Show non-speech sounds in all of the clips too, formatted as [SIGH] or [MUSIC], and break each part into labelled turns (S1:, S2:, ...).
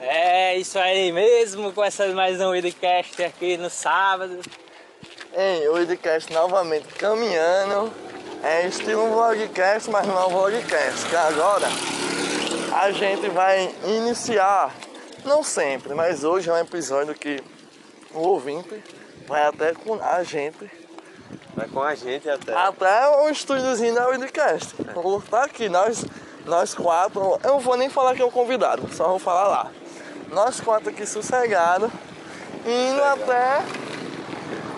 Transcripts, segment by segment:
S1: É isso aí mesmo, começando mais um Idcast aqui no sábado.
S2: Ei, o Idcast novamente caminhando. É estilo um vlogcast, mas não é um vlogcast. Que agora a gente vai iniciar, não sempre, mas hoje é um episódio que o ouvinte vai até com a gente,
S3: Vai com a gente até. É.
S2: até o estúdiozinho da Widcast. Por estar aqui, nós, nós quatro, eu não vou nem falar que é o convidado, só vou falar lá. Nós quatro aqui sossegados, indo até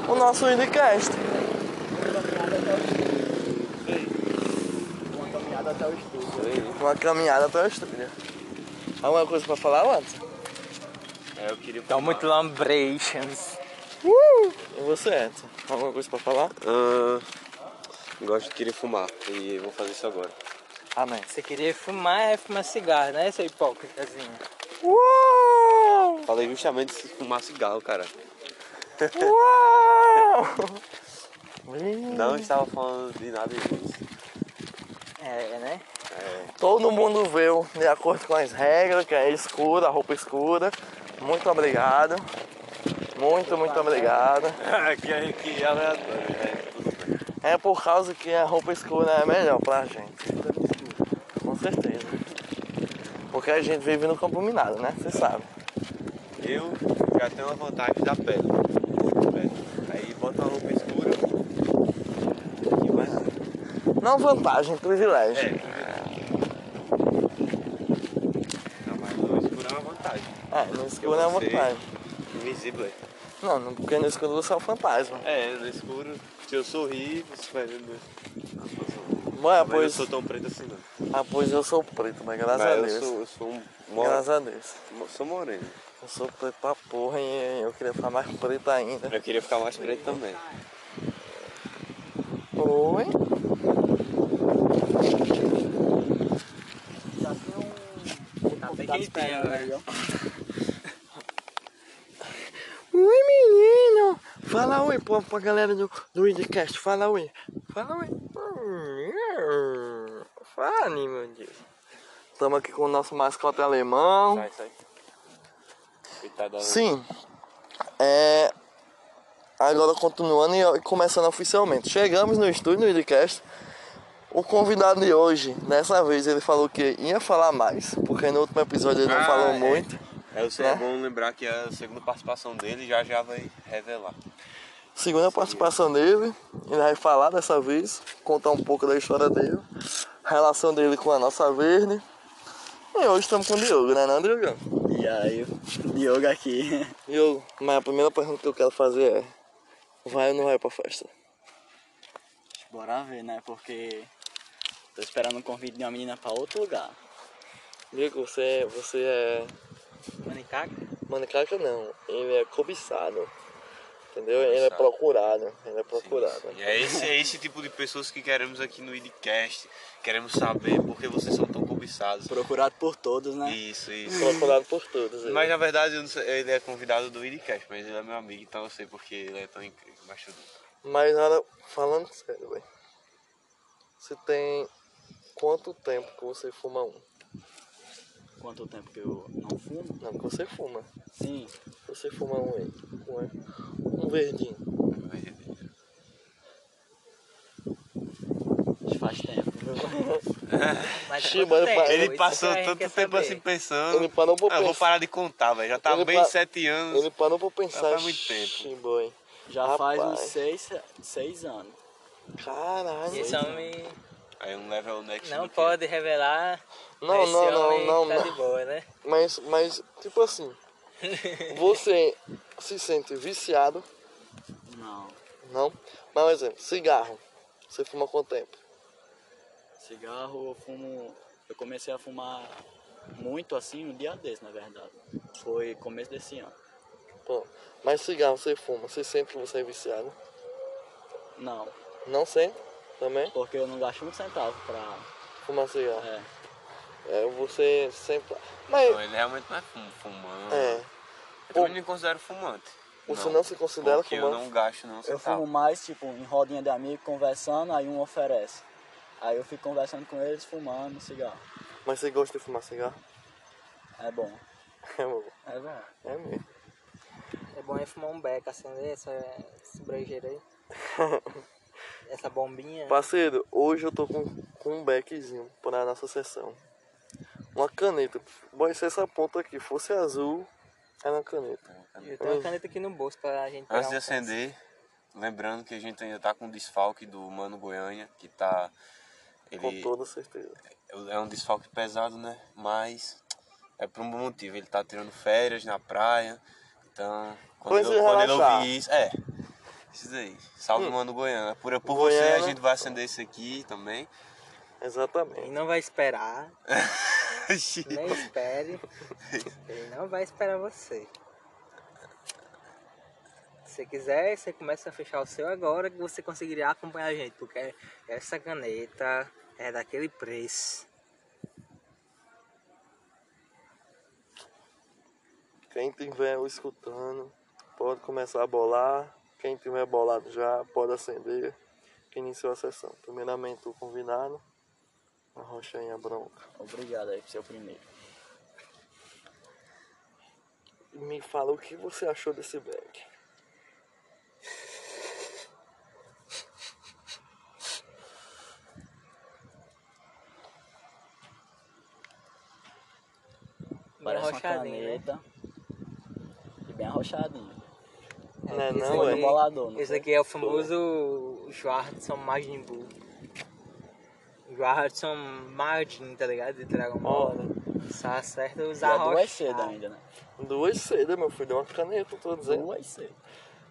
S2: o nosso Widcast. Uma caminhada até o estúdio. Alguma coisa pra falar, antes?
S3: É, eu queria
S1: Então, muito lambrations.
S2: E você, Edson? Alguma coisa pra falar?
S3: Ah, gosto de querer fumar e vou fazer isso agora.
S2: Amém.
S1: Você queria fumar, é fumar cigarro, né? Essa hipócritazinha.
S2: Uou!
S3: Falei justamente de fumar cigarro, cara.
S2: Uou!
S3: Não estava falando de nada disso.
S1: É, né?
S2: Todo mundo veio de acordo com as regras, que é escura, roupa escura. Muito obrigado. Muito, muito obrigado.
S3: [LAUGHS] que, que aleatório, né? Tudo bem.
S2: É por causa que a roupa escura é melhor pra gente. Com certeza. Porque a gente vive no campo minado, né? Você sabe.
S3: Eu já tenho uma vantagem da pele. Né? Aí bota uma roupa escura. E um. vai.
S2: Não vantagem, privilégio.
S3: É. Não, mas no escuro é uma vantagem.
S2: É, no escuro é
S3: Eu sei.
S2: vantagem.
S3: Invisível.
S2: Não, não- porque no escuro você é um fantasma.
S3: É, no escuro, se eu sorrir, você vai ver. meu-
S2: Mas,
S3: Mas eu
S2: pois,
S3: sou tão preto assim não.
S2: ah, pois eu sou preto, mas graças a
S3: Mas
S2: Deus.
S3: eu sou, eu sou um
S2: Graças a Deus.
S3: Mo- Sou moreno.
S2: Eu sou preto pra porra e eu queria ficar mais preto ainda.
S3: Eu queria ficar mais preto também.
S2: Oi?
S1: Tá bem quentinho, né?
S2: Oi, menino! Fala oi pra, pra galera do, do Indicast. Fala oi. Fala oi. Fale, meu Deus. Estamos aqui com o nosso mascote alemão.
S3: Sai, sai. Coitado da
S2: Sim. É. Agora continuando e e começando oficialmente. Chegamos no estúdio do Idcast. O convidado de hoje, dessa vez, ele falou que ia falar mais, porque no último episódio ele não
S3: Ah,
S2: falou
S3: é.
S2: muito.
S3: É, eu sei,
S2: Né?
S3: é bom lembrar que a segunda participação dele já já vai revelar.
S2: Segunda participação dele, ele vai falar dessa vez, contar um pouco da história dele, a relação dele com a nossa verde. E hoje estamos com o Diogo, né, não, Diogão?
S4: E aí, Diogo aqui.
S2: Diogo, mas a primeira pergunta que eu quero fazer é: vai ou não vai pra festa?
S4: Bora ver, né? Porque tô esperando um convite de uma menina pra outro lugar.
S2: Diego, você, você é
S1: Manicaca?
S2: Manicaca não, ele é cobiçado. Entendeu? Ele é procurado. Ele é procurado.
S3: E é esse, é esse tipo de pessoas que queremos aqui no Idcast. Queremos saber por que vocês são tão cobiçados.
S4: Procurado por todos, né?
S3: Isso, isso.
S2: Procurado por todos. ele.
S3: Mas na verdade eu não sei- ele é convidado do Idcast, mas ele é meu amigo, então eu sei porque ele é tão incrível. Mas tudo bem.
S2: Mas olha, falando sério, velho. Você tem quanto tempo que você fuma um?
S4: Quanto tempo que eu não fumo?
S2: Não, que você fuma.
S4: Sim,
S2: Você fuma um aí. Um, aí, um
S3: [LAUGHS]
S2: verdinho.
S4: faz tempo.
S1: Mas
S2: Xiii,
S1: quanto
S2: mano,
S1: tempo?
S2: ele
S3: Ele
S1: Isso
S3: passou
S1: é que a gente
S3: tanto
S1: quer
S3: tempo
S1: saber.
S3: assim pensando.
S2: Ele parou pra
S3: Ah, eu vou
S2: pensar.
S3: parar de contar, velho. Já tá
S2: Ele
S3: bem
S2: pa-
S3: sete anos.
S2: Ele parou pra pensar.
S3: faz muito tempo.
S2: Ximboy.
S4: Já faz uns
S2: Rapaz.
S4: seis, seis anos.
S2: Caralho.
S1: Esse homem
S3: Aí um level next.
S1: não
S3: do que-
S1: pode revelar.
S2: Não,
S1: Esse
S2: não, não,
S1: homem
S2: não,
S1: tá
S2: não.
S1: de boa, né?
S2: Mas, mas, tipo assim. Você se sente viciado,
S4: Não.
S2: não? Mas, por exemplo, cigarro. Você fuma quanto tempo?
S4: Cigarro eu fumo. Eu comecei a fumar muito assim um dia desse, na verdade. Foi começo desse ano.
S2: Pronto. Mas cigarro você fuma, você sente que você é viciado?
S4: Não,
S2: Não sente? Também?
S4: porque eu não gasto um centavo pra.
S2: Fumar cigarro.
S4: É,
S2: É, você sempre. Mas.
S3: Então ele realmente não é fum- fumante.
S2: É.
S3: Eu também não me considero fumante.
S2: Você não, se considera
S3: Porque eu
S2: fumando?
S3: não gasto não
S4: Eu fumo
S3: centavo.
S4: mais, tipo, em rodinha de amigo, conversando, aí um oferece. Aí eu fico conversando com eles, fumando cigarro.
S2: Mas você gosta de fumar cigarro? [LAUGHS]
S4: É bom.
S2: É, bom.
S4: É bom.
S2: é mesmo.
S5: É bom é fumar um beck, acender essa, esse brejeiro
S3: [LAUGHS]
S5: aí. essa bombinha.
S2: Parceiro, hoje eu tô com, com um beckzinho pra nossa sessão. Uma caneta. Bom, se essa ponta aqui fosse azul, era uma caneta.
S5: Eu tenho uma caneta aqui no bolso pra gente pegar
S3: Antes de
S5: um canto.
S3: acender, lembrando que a gente ainda tá com o desfalque do Mano Goiânia, que tá.
S2: Com
S3: Ele
S2: toda certeza.
S3: é um desfalque pesado, né? Mas é por um bom motivo. Ele tá tirando férias na praia. Então, quando,
S2: Pois
S3: ele,
S2: é,
S3: quando ele
S2: relaxar. Hum.
S3: ouvir isso. É. Isso daí. Salve, Mano Goiânia. Por, por você, a
S2: Goiânia.
S3: gente vai acender esse aqui também.
S5: Ele
S2: Exatamente.
S5: não vai esperar,
S3: [LAUGHS]
S5: nem espere. Ele não vai esperar você. Se quiser, você começa a fechar o seu agora que você conseguirá acompanhar a gente, porque é essa caneta é daquele preço.
S2: Quem tiver o escutando, pode começar a bolar. Quem tiver bolado já, pode acender. Que iniciou a sessão. Primeiramente o convidado. A roxinha bronca.
S4: Obrigado aí por ser o primeiro.
S2: Me fala o que você achou desse beck.
S5: Bem
S4: Parece uma
S5: arrochadinho, né?
S4: caneta. E bem arrochadinho.
S2: Não é
S5: Esse
S2: não,
S4: Foi
S5: aqui-
S4: no
S2: é?
S4: bolador, não
S5: Esse
S4: foi?
S5: aqui é o famoso Joardson Majin Buu. Joardson Majin, tá ligado? De Dragon Ball. Só acerta os
S4: E é duas
S5: arrochos.
S4: cedo ainda, né?
S2: Duas cedas, meu filho. Uma caneta, tô dizendo.
S4: Duas cedo.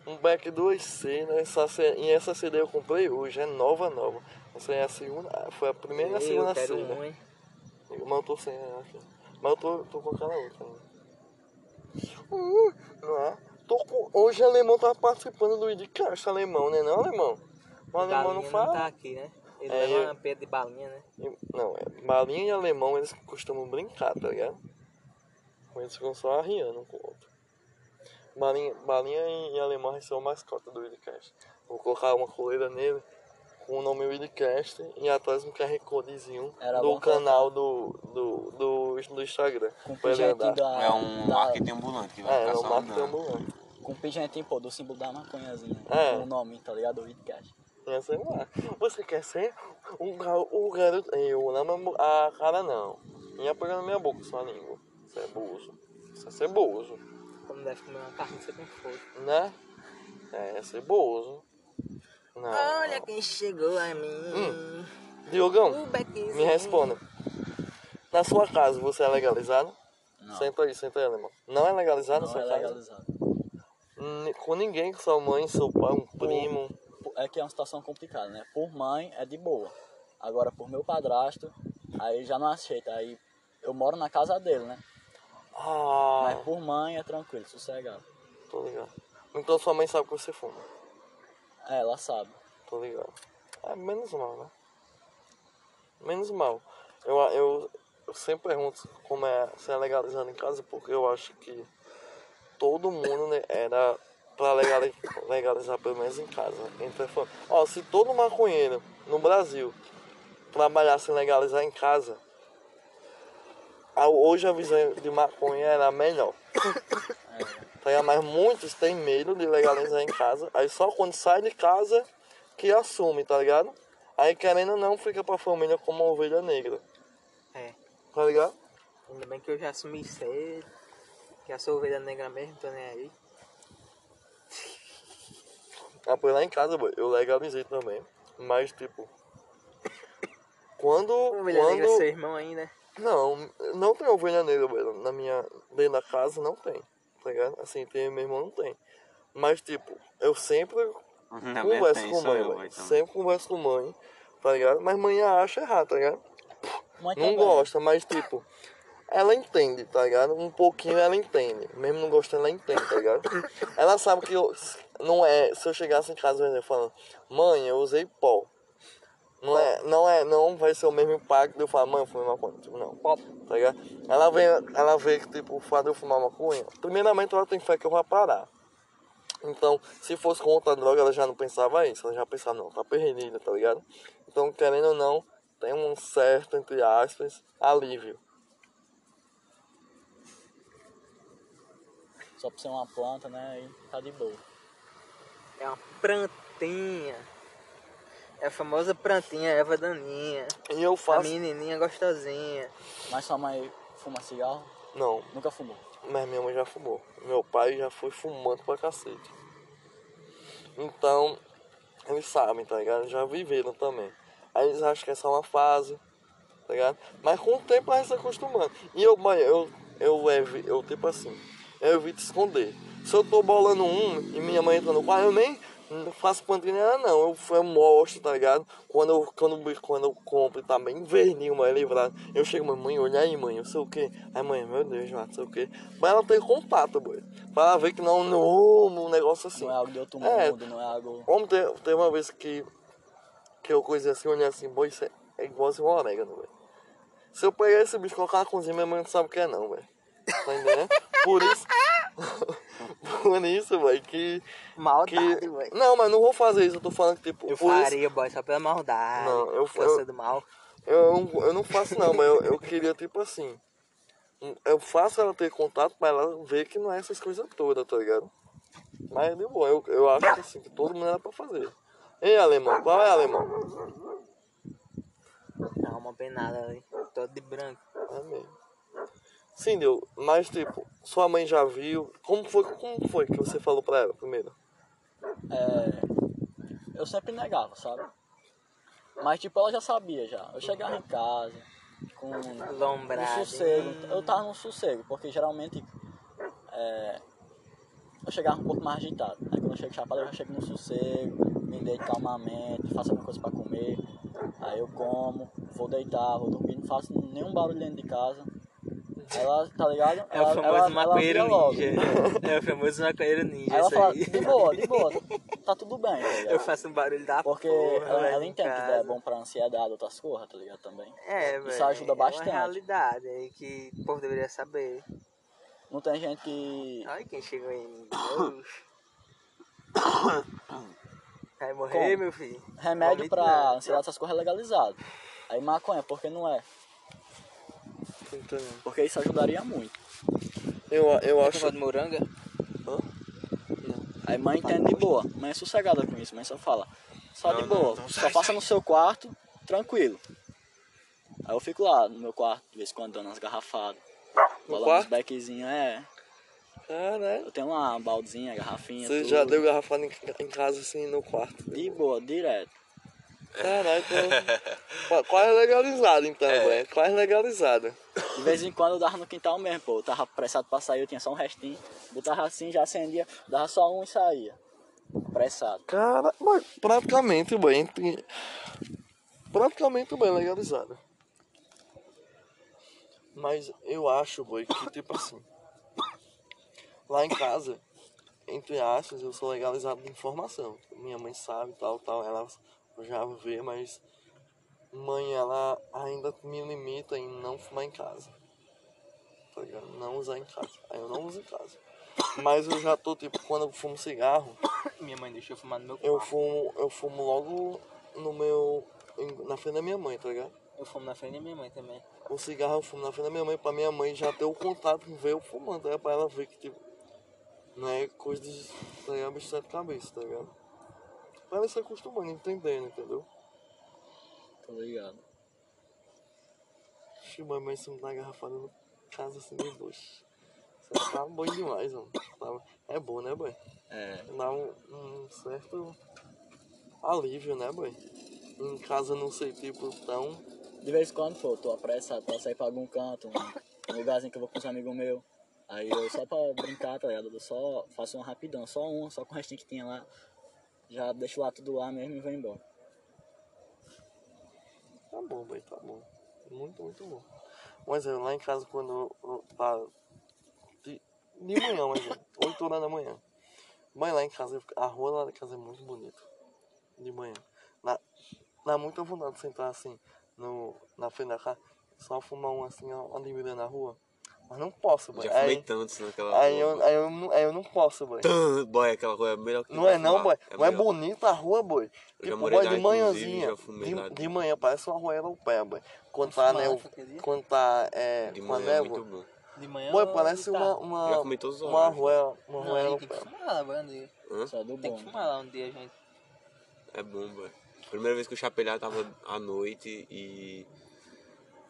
S2: Um back 2C, né? Essa, C- e essa CD eu comprei hoje, é nova, nova. Essa é a segunda, ah, foi a primeira e a segunda
S5: Eu quero
S2: CD.
S5: um, hein?
S2: Mas eu tô sem ela aqui. Mas eu tô, tô com aquela outra. né? Uh, não é? Tô com... Hoje o alemão tá participando do IDCast, alemão, né? Não, alemão? O
S5: O
S2: alemão não
S5: Galinha não
S2: fala.
S5: tá aqui, né? Ele
S2: É,
S5: leva
S2: eu-
S5: uma pedra de balinha, né?
S2: Não, é. Marinha e alemão eles costumam brincar, tá ligado? Mas eles ficam só arriando um com o outro. Marinha, Marinha e, e alemão eles são a mascota do Willcast. Vou colocar uma coleira nele com o nome Willcast e atrás um QR Codezinho
S4: Era
S2: do
S4: bom colocar.
S2: canal do, do, do, do Instagram.
S4: Com
S2: pra ele
S4: pigentinho
S2: andar.
S4: da...
S3: É um
S4: da-
S3: marketing ambulante que vai
S2: É,
S3: ficar
S2: é o
S3: só
S2: Marco
S3: andando.
S2: Ambulante.
S4: Com pigentinho, pô, do símbolo da maconhazinha.
S2: É.
S4: Com o nome, tá ligado? O Hitcast.
S2: Essa é o Marco. Você quer ser um, gar- um garoto. Eu não amo a cara, não. Ia pegar na minha boca sua língua. Você é bozo. Você é ceboso.
S5: Como deve comer uma carniça com fogo.
S2: né? É, ceboso. Não.
S5: Olha quem chegou a mim. O
S2: Diogão,
S5: Beckzinho.
S2: me responda. Na sua casa você é legalizado?
S4: Não.
S2: Senta aí, senta aí, alemão. Não é legalizado na
S4: Não
S2: sua
S4: é
S2: casa?
S4: legalizado.
S2: Ni- Com ninguém, com sua mãe, seu pai, um primo.
S4: Pô, É que é uma situação complicada, né? Por mãe, é de boa. Agora, por meu padrasto, aí já não aceita. Aí eu moro na casa dele, né?
S2: Ah,
S4: Mas por mãe, é tranquilo, sossegado.
S2: tô ligado. Então sua mãe sabe que você fuma.
S4: É, ela sabe.
S2: Tô ligado. É menos mal, né? Menos mal. Eu, eu, eu sempre pergunto como é se é legalizado em casa, porque eu acho que todo mundo né, era pra legalizar, legalizar pelo menos em casa. Entre a fam- Ó, se todo maconheiro no Brasil trabalhasse em legalizar em casa, a- hoje a visão de maconha era melhor. Tá ligado? Mas muitos têm medo de legalizar em casa. Aí só quando sai de casa que assume, tá ligado? Aí querendo ou não fica pra família como uma ovelha negra,
S5: É.
S2: tá ligado?
S5: Ainda bem que eu já assumi cedo. Que eu sou ovelha negra mesmo, tô nem aí.
S2: Ah, pois lá em casa, boy, eu legalizei também. Mas tipo. Quando.
S5: Ovelha negra é
S2: quando...
S5: seu irmão ainda.
S2: Não, não tem ovelha negra, velho. Na minha. Dentro da casa não tem. Tá ligado? Assim, tem meu irmão não tem. Mas tipo, eu sempre
S3: [LAUGHS] Na minha
S2: converso
S3: tem,
S2: com
S3: sou
S2: mãe,
S3: eu,
S2: velho.
S3: então.
S2: Sempre converso com mãe, tá ligado? Mas mãe acha errado, tá ligado?
S4: Mãe
S2: Não
S4: também.
S2: gosta, mas tipo, ela entende, tá ligado? Um pouquinho ela entende. Mesmo não gostando, ela entende, tá ligado? Ela sabe que eu, não é. Se eu chegasse em casa por exemplo, falando, mãe, eu usei pó. Não é, não é, não vai ser o mesmo impacto de eu falar, mãe, eu fumei maconha. Tipo, não, pó, tá ligado? Ela vê, ela vê que, tipo, o fato de eu fumar maconha, primeiramente ela tem fé que eu vou parar. Então, se fosse com outra droga, ela já não pensava isso, ela já pensava, não, tá perdida, tá ligado? Então, querendo ou não, tem um certo, entre aspas, alívio.
S4: Só por ser uma planta, né? E tá de boa.
S5: É uma plantinha. É a famosa plantinha, Eva daninha.
S2: E eu
S5: A
S2: faço.
S5: menininha gostosinha.
S4: Mas sua mãe fuma cigarro?
S2: Não,
S4: Nunca fumou.
S2: mas minha mãe já fumou. Meu pai já foi fumando pra cacete. Então, eles sabem, tá ligado? Já viveram também. Aí eles acham que é só uma fase, tá ligado? Mas com o tempo elas se acostumando. E eu, mãe, eu, eu, evi- eu, tipo assim, eu evito esconder. Se eu tô bolando um e minha mãe entra no quarto, eu nem faço plantinha, não. Eu, eu mostro, tá ligado? Quando eu, quando, eu- quando eu compro e tá bem verdinho, mãe, livrado. Eu chego, mãe, mãe, olha aí, mãe, eu sei o quê. Aí, mãe, meu Deus, não sei o quê. Mas ela tem contato, boy. Pra ela ver que não, não, um negócio assim.
S4: Não é algo de outro
S2: É.
S4: mundo, não é algo.
S2: Como tem, tem uma vez que, que eu coisei assim, olhei assim, boi, isso é, é igualzinho um orégano, velho. Se eu pegar esse bicho e colocar na cozinha, minha mãe não sabe o que é não, velho. Tá entendendo? Por isso. [LAUGHS] por isso, velho, que. que...
S5: Maldade, velho.
S2: Não, mas não vou fazer isso, eu tô falando que tipo.
S5: Eu
S2: por isso-
S5: faria, boy, só pela maldade.
S2: Não, eu-
S5: Porque eu
S2: eu-
S5: sou do mal.
S2: eu, não- eu não faço não, mas eu, eu queria tipo assim. um- Eu faço ela ter contato pra ela ver que não é essas coisas todas, tá ligado? Mas de boa, eu, eu acho que assim, que todo mundo era pra fazer. Ei, alemão, qual é alemão?
S5: Não, uma penada, velho. Todo de branco.
S2: Amém. Sim, deu. Mas tipo, sua mãe já viu. Como foi, como foi que você falou pra ela primeiro?
S4: É, eu sempre negava, sabe? Mas tipo, ela já sabia já. Eu chegava em casa com um
S5: Lombrado.
S4: sossego. Eu tava num sossego, porque geralmente é, eu chegava um pouco mais agitado. Aí quando eu chego chapado, eu já chego num sossego, me deito calmamente, faço alguma coisa pra comer. Aí eu como, vou deitar, vou dormir, não faço nenhum barulho dentro de casa. Ela, tá ligado?
S5: É o
S4: Ela-
S5: famoso
S4: ela- ela
S5: maconheiro
S4: via logo.
S5: ninja. É o famoso maconheiro ninja.
S4: Aí ela
S5: isso
S4: fala,
S5: aí.
S4: de boa, de boa, tá tudo bem, tá ligado?
S5: Eu faço um barulho da
S4: Porque
S5: porra.
S4: ela,
S5: velho,
S4: ela
S5: em
S4: entende que
S5: casa.
S4: é bom pra ansiedade, outras coisas, tá ligado? Também.
S5: É,
S4: Isso
S5: velho.
S4: ajuda bastante.
S5: É uma realidade aí que o povo deveria saber.
S4: Não tem gente que.
S5: Olha quem chegou aí. meu [COUGHS] Deus. Vai morrer,
S4: Como?
S5: meu filho.
S4: Remédio
S5: Vomite
S4: pra
S5: nada.
S4: ansiedade, essas coisas é legalizado. Aí maconha, porque não é? Porque isso ajudaria muito.
S2: Eu, eu acho.
S5: de moranga?
S4: Aí mãe entende de boa. Mãe é sossegada com isso, mãe só fala. Só
S3: Não,
S4: de
S3: não,
S4: boa,
S3: não,
S4: só
S3: sai,
S4: faça no seu quarto, tranquilo. Aí eu fico lá no meu quarto, de vez em quando, dando umas garrafadas. Bolando uns
S2: quarto?
S4: beckzinhos, é.
S2: Caralho.
S4: Eu tenho uma baldezinha, garrafinha.
S2: Você
S4: tudo.
S2: já deu garrafada em, em casa assim no quarto.
S4: De boa, direto.
S2: Caralho, [LAUGHS] então. Quase legalizado então, velho. Quase legalizado.
S4: De vez em quando eu dava no quintal mesmo, pô. Eu tava apressado pra sair, eu tinha só um restinho. Botava assim, já acendia, dava só um e saía. Apressado.
S2: Cara, mas praticamente, bem. tem- Praticamente bem legalizado. Mas eu acho, boi, que tipo assim. Lá em casa, entre aspas, eu sou legalizado de informação. Minha mãe sabe, tal, tal. Ela já vê, mas. Mãe, ela ainda me limita em não fumar em casa. Tá ligado? Não usar em casa. Aí eu não uso em casa. Mas eu já tô, tipo, quando eu fumo cigarro,
S5: Minha mãe deixou fumar no meu
S2: eu fumo, eu fumo logo no meu. em- na frente da minha mãe, tá ligado?
S5: Eu fumo na frente da minha mãe também.
S2: O cigarro eu fumo na frente da minha mãe pra minha mãe já ter o contato com ver eu fumando, tá ligado? Pra ela ver que tipo. Não é coisa de. Tá ligado? Bicho de cabeça, tá ligado? Pra ela se acostumando, entendendo, entendeu?
S4: Tá ligado?
S2: Ixi, mas mas isso me dá garrafada no caso assim de dois. Isso tá bom demais, mano. Tá- É bom, né, boy?
S4: É.
S2: dá um, um certo alívio, né, boy? Em casa não sei, tipo, tão.
S4: De vez em quando, pô, eu tô apressado pra sair pra algum canto, um, um lugarzinho que eu vou com os amigos meus. Aí eu só pra brincar, tá ligado? Eu só faço um rapidão, só um, só com o restinho que tinha lá. Já deixo lá tudo lá mesmo e vou embora.
S2: Tá bom, boy, tá bom. Muito, muito bom. Mas eu lá em casa quando eu- tá de, de manhã, mas
S3: [LAUGHS]
S2: é, 8 horas da manhã. Mas lá em casa, eu fico- a rua lá da casa é muito bonita. De manhã. Dá, dá muita vontade de sentar assim no, na frente da casa, só fumar um assim, ó, admirando a rua. Mas não posso, boy.
S3: [LAUGHS] Já fumei
S2: Aí,
S3: tanto naquela
S2: aí, eu,
S3: rua.
S2: aí, eu, não- aí eu não posso, boy.
S3: Tan, Boy, aquela rua é a melhor que tem
S2: Não é
S3: pra
S2: não,
S3: fumar.
S2: boy. não é
S3: melhor.
S2: bonita a rua, boy.
S3: Eu já
S2: Tipo,
S3: morei
S2: boy,
S3: lá,
S2: de
S3: inclusive,
S2: manhãzinha.
S3: já fumei lá.
S2: De, de manhã, parece uma rua europeia, boy. Quando tá,
S5: fumava
S2: né,
S5: aquele dia?
S2: quando tá, é,
S3: De
S2: com a
S3: manhã é
S2: névoa.
S3: muito bom.
S5: De manhã.
S2: Boy,
S5: ou
S2: parece
S5: de tarde?
S2: uma,
S3: Já
S2: uma,
S3: comi todos os
S2: uma
S3: horários. né?
S2: rua, uma rua
S5: Não, a gente tem
S2: europeia.
S5: que fumar lá, Brandi.
S3: Hã?
S4: Só do
S5: Tem
S4: bom.
S5: que fumar lá um dia, gente.
S3: É bom, boy. Primeira vez que eu chapelhar tava à noite e.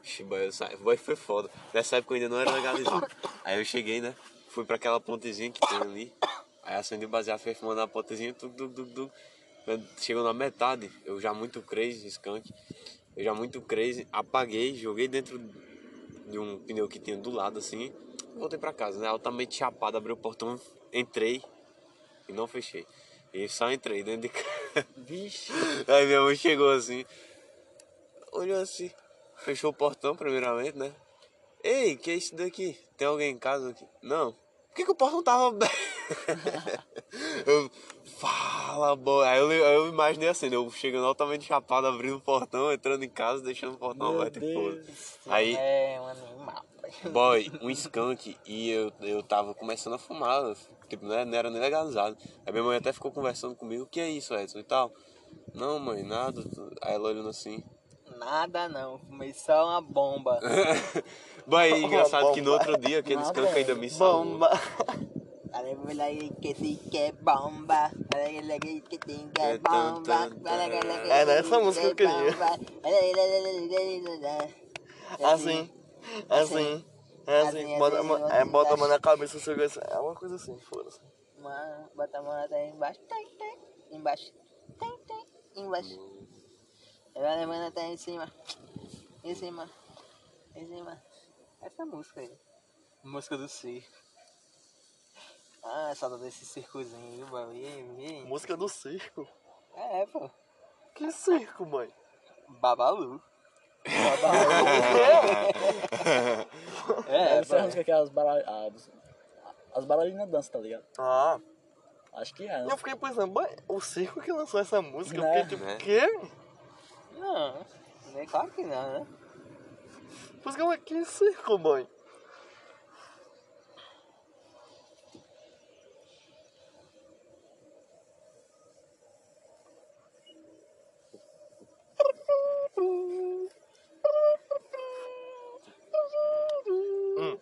S3: Ixi, boy, eu sa... boy, foi foda. Nessa época eu ainda não era legalizado. Aí eu cheguei, né? Fui pra aquela pontezinha que tem ali. Aí acendi o baseado, fez fumando na pontezinha, tudo, tudo, tudo, tudo. Quando Chegou na metade, eu já muito crazy, skunk. Eu já muito crazy, apaguei, joguei dentro de um pneu que tinha do lado assim. Voltei pra casa, né? Altamente chapado, abri o portão, entrei e não fechei. E só entrei dentro de casa.
S5: Vixe.
S3: [LAUGHS] Aí minha mãe chegou assim, olhou assim, fechou o portão primeiramente, né? Ei, que é isso daqui? Tem alguém em casa aqui? Não. Por que, que o portão tava aberto? [LAUGHS] eu, fala, boy. Aí eu, le- aí eu imaginei assim, né? eu chegando altamente chapado, abrindo o portão, entrando em casa, deixando o portão aberto e foda. Aí,
S5: É um animal.
S3: Boy, um skunk e eu, eu tava começando a fumar, tipo, não era, não era nem legalizado. Aí minha mãe até ficou conversando comigo, o que é isso, Edson, e tal. Não, mãe, nada. Aí ela olhando assim. [LAUGHS]
S5: Nada não, fumei só uma bomba.
S3: Boy, é engraçado
S2: Uma
S3: que no outro dia aquele
S5: Uma
S3: skunk ainda me
S2: [LAUGHS]
S3: salvou.
S2: Bomba.
S5: [LAUGHS] Olha, olha aí que tem que é bomba. Olha, olha aí que tem que é
S3: É tão,
S5: bomba.
S3: tão, tão.
S5: Olha, olha aí que
S2: Era
S5: tem
S2: essa
S5: que é
S2: música que eu queria.
S5: bomba. Olha, é olha, olha, olha, olha, olha.
S2: Assim, assim, assim.
S5: Assim,
S2: Bota a
S5: assim,
S2: mão-
S5: assim,
S2: é, bota a mão
S5: assim.
S2: na cabeça, segura assim. É uma coisa assim, foda-se.
S5: Mano, bota a mão até embaixo. Tem, tem. Embaixo. Tem, tem. Embaixo. Agora a mão até em cima. Em cima. Em cima. Essa é música aí. Música do circo. Ah, saudade desse circozinho, viu, Bau? E aí, e aí?
S2: Música do circo.
S5: É, pô.
S2: Que circo, mãe?
S5: Babalu.
S4: É,
S5: É,
S4: essa
S5: pô.
S4: música que é as baralhadas. As bailarinas dançam, tá ligado?
S2: Ah.
S4: Acho que é.
S2: E eu fiquei pensando, "Bah, o circo que lançou essa música, eu
S4: Né?
S2: fiquei tipo,
S3: Né?
S2: quê?
S5: Não, né? claro que não, né?
S2: Por isso é que eu falei, que circo, mãe? Hum.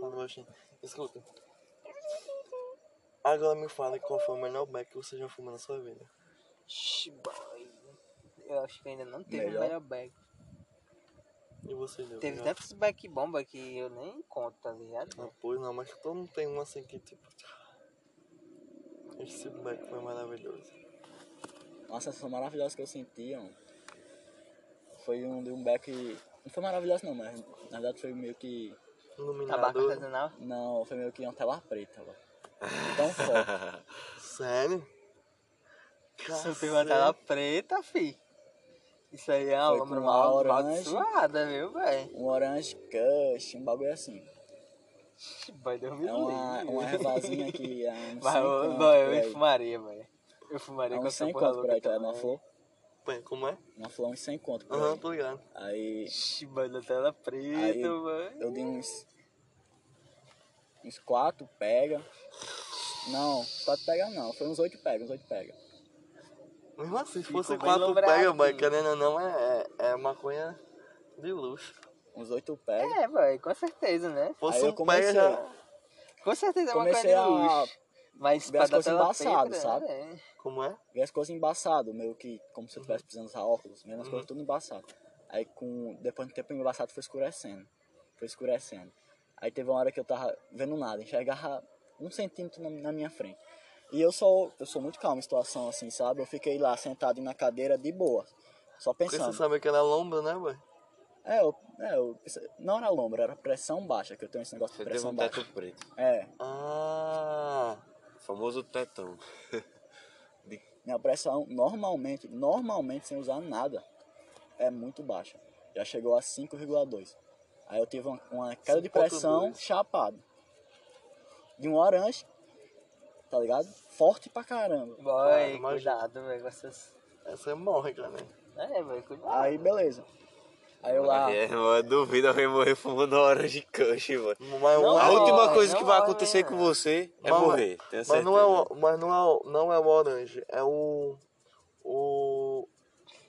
S2: Fala, baixinho. Escuta. Agora me fala qual foi o melhor beck que você já fumou na sua vida.
S5: Shhh, boy. Eu acho que ainda não teve
S4: Melhor?
S5: melhor, melhor back.
S2: E você, deu?
S5: Teve
S2: né?
S5: tantos back bomba que eu nem conto, tá ligado?
S2: Ah, pois não, mas todo mundo tem um assim que tipo. ah, Esse beck foi maravilhoso.
S4: Uma sensação maravilhosa que eu senti, ó. Foi um de um back. Não foi maravilhoso não, mas na verdade foi meio que.
S5: Tabaco
S2: Iluminador.
S5: artesanal.
S4: Não, foi meio que uma tela preta, ó. Então forte.
S5: [LAUGHS]
S2: Sério?
S5: Você pegou uma tela preta, fi. Isso aí é uma
S4: Foi
S5: lombra
S4: com
S5: mal,
S4: aura,
S5: mal
S4: né?
S5: suada, viu, velho?
S4: Um orange cush, um bagulho assim.
S5: Boy, Deus me
S4: É uma,
S5: livre.
S4: uma
S5: [LAUGHS]
S4: ervazinha que é um
S5: Mas, eu-
S4: sem
S5: não, eu
S4: conto por aí.
S5: fumaria, velho. Eu fumaria
S4: É
S5: com
S4: um
S5: essa
S4: sem
S5: porra
S4: conto por
S5: louca
S4: aí, que ela é uma
S5: também.
S4: flor.
S2: Pera, Como é?
S4: Uma flor uns sem conto por
S2: Aham,
S4: aí.
S2: tô ligado.
S4: Aí
S5: Shhh, boy, da tela
S4: Aí
S5: preta, mano.
S4: eu dei uns. Uns quatro pega. Não, quatro pega não. Foi uns oito pega, uns oito pega.
S2: Mesmo assim, se
S5: Ficou
S2: fosse
S5: bem
S2: quatro
S5: lombrado.
S2: pega, boy, querendo ou não, é, é, é maconha de luxo.
S4: Uns oito pega.
S5: É, velho, com certeza, né?
S2: Se fosse
S4: Aí eu
S2: um pega já.
S5: Com certeza é uma coisa
S4: Comecei
S5: de
S4: a
S5: luxo. Mas
S4: ver
S5: pra
S4: as
S5: dar
S4: coisas
S5: tela
S4: embaçadas,
S5: preta,
S4: sabe?
S5: né?
S2: Como é?
S4: Vi as coisas embaçadas, meio que como se eu
S3: Uhum.
S4: estivesse precisando usar óculos, mesmo as coisas tudo embaçado. Aí com. Depois de um tempo embaçado foi escurecendo. Foi escurecendo. Aí teve uma hora que eu tava vendo nada, enxergava um centímetro na, na minha frente. E eu sou, eu sou muito calmo em situação assim, sabe? Eu fiquei lá sentado na cadeira de boa. Só
S2: Porque você
S4: pensando.
S2: sabe que era lombra, né, boy?
S4: É, eu, é, eu, não era lombra, era pressão baixa, que eu tenho esse negócio
S3: Você
S4: de
S3: teve
S4: pressão
S3: um
S4: baixa.
S3: teto preto.
S4: É,
S2: Ah.
S3: Famoso tetão.
S4: minha pressão normalmente, normalmente sem usar nada, é muito baixa. Já chegou a 5,2. Aí eu tive uma, uma queda de pressão
S2: 5,2.
S4: chapada. De um orange, tá ligado? Forte pra caramba.
S2: Ah,
S5: Boy,
S2: imagina.
S5: cuidado, velho, com essas...
S2: Essa é morre, cara.
S5: É, velho, cuidado.
S4: Aí beleza. Aí eu lá.
S3: É, mano, duvido alguém morrer fumando Orange Kush, mano.
S2: Mas
S5: Não,
S2: uma-
S3: A
S5: não,
S3: última
S5: não,
S3: coisa que
S5: não,
S3: vai
S5: não,
S3: acontecer
S5: não.
S3: com você é
S2: Mas-
S3: morrer, tenho
S2: Mas não é
S3: certeza.
S2: o, mas não é o, não é o orange, é o. o.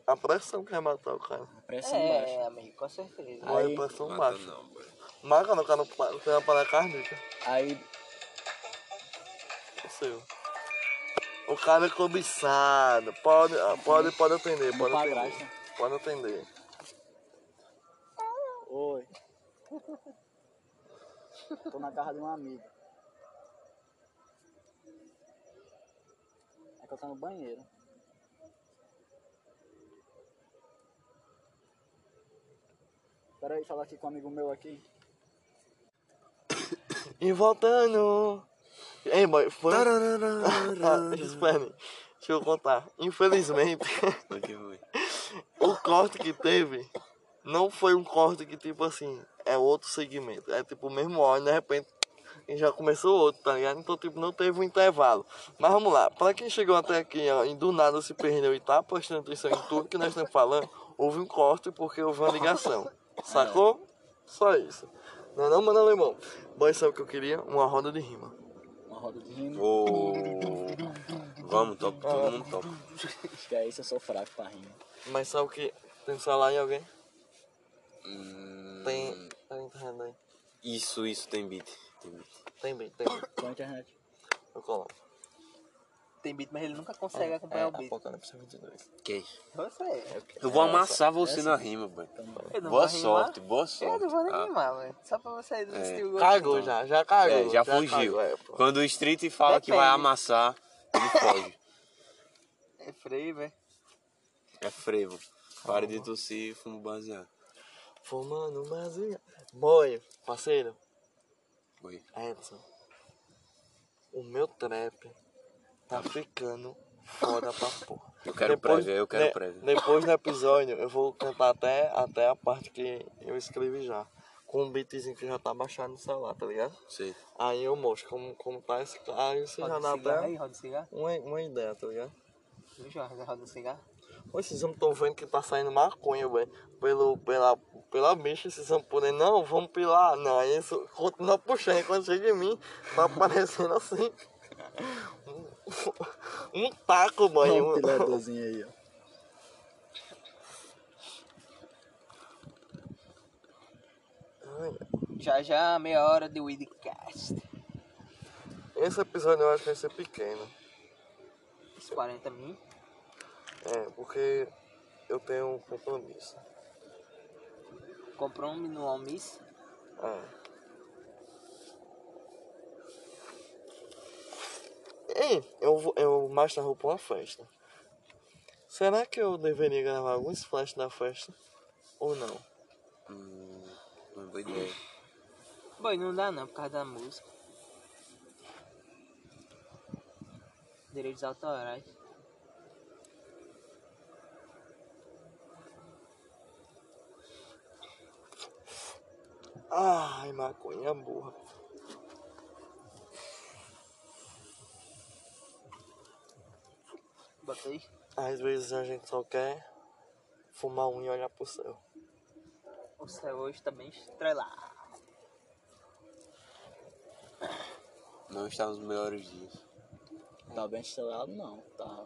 S2: A pressão que vai matar o cara.
S4: Pressão baixa.
S5: É, amigo, com certeza.
S2: Não é
S4: Aí-
S2: a pressão
S3: Mata
S2: baixa.
S3: não, mano.
S2: Maga não cara não tem uma parada cardíaca.
S4: Aí
S2: Não sei. O cara é cobiçado. Pode, ah, pode, pode atender,
S4: meu
S2: pode
S4: padrasto.
S2: atender. Pode atender.
S4: Oi. [LAUGHS] Tô na casa de um amigo. É que eu tô no banheiro. Pera aí, falar aqui com um amigo meu aqui.
S2: E voltando. Ei, boy, foi. [LAUGHS] Ah. Espere, deixa eu contar. Infelizmente, [LAUGHS]
S3: Não que ruim.
S2: o corte que teve não foi um corte que, tipo assim, é outro segmento. É tipo o mesmo óleo, de repente. E já começou outro, tá ligado? Então, tipo, não teve um intervalo. Mas vamos lá, pra quem chegou até aqui ó, e do nada se perdeu e tá prestando atenção em tudo que nós estamos falando, houve um corte porque houve uma ligação. Sacou? Só isso. Não, é não, mano, alemão. Boy, sabe o que eu queria? Uma roda de rima.
S4: Uma roda de rima.
S3: Ô, Vamos, top, todo mundo top.
S4: Acho que é isso, eu sou fraco pra rima.
S2: Mas sabe o que? Tem um celular em alguém?
S3: Hum,
S2: Tem. Tem internet aí.
S3: Isso, isso, tem beat. Tem beat.
S2: Tem bem, tem bem.
S4: Com a internet.
S2: Eu coloco.
S5: Tem beat, mas ele nunca consegue
S2: É,
S5: acompanhar o beat. Então, assim,
S2: Apocalipse 22.
S3: Quem?
S5: Você.
S3: Eu vou amassar você na rima, mano.
S5: É, Eu não vou rimar. É,
S3: Boa sorte, boa sorte.
S5: Eu não vou nem
S3: tá?
S5: rimar, velho. Só pra você desistir o gosto.
S2: Cagou já, já cagou.
S3: É, já fugiu.
S2: cagou, é, pô.
S3: Quando o Street fala que vai
S5: Depende.
S3: amassar,
S5: [LAUGHS]
S3: ele foge.
S5: É freio, velho.
S3: É frevo. Pare de tossir e fumo baseado.
S2: Fumando baseado. Boy, parceiro,
S3: Oi.
S2: Edson. O meu trap tá ficando foda pra porra.
S3: Eu quero prévia, eu quero
S2: de-
S3: prévia.
S2: Depois do episódio, eu vou cantar até, até a parte que eu escrevi já. Com um beatzinho que já tá baixado no celular, tá ligado?
S3: Sei.
S2: Aí eu mostro como, como tá esse cara. Aí você já
S5: Roda
S2: dá
S5: o cigarro aí,
S2: até
S5: roda o cigarro.
S2: uma, uma ideia, tá ligado?
S5: Viu, Jorge? Roda o cigarro.
S2: Ô, esses homens tão vendo que tá saindo maconha, velho. Pelo, pela, pela bicha, esses homens podem, não, vamos pilar. Não, aí isso continua puxando. Quando chega em mim, tá aparecendo assim. Um, um taco,
S4: Olha
S2: mano.
S4: um
S2: [LAUGHS]
S4: piladorzinho aí, ó.
S5: Já já, meia hora de Weedcast.
S2: Esse episódio eu acho que vai ser pequeno.
S5: Uns 40 mil.
S2: É, porque eu tenho um compromisso.
S5: Comprou um no almice.
S2: É. Ei, eu, vou- eu mastarro pra é uma festa. Será que eu deveria gravar alguns flash da festa? Ou não?
S3: Hum, uma boa ideia.
S5: Boi, não dá não, por causa da música. Direitos autorais.
S2: Ai, maconha burra.
S5: Bota aí.
S2: Às vezes a gente só quer fumar um e olhar pro céu.
S5: O céu hoje tá bem estrelado.
S3: Não está nos melhores dias.
S4: Tá bem estrelado, não. Tá.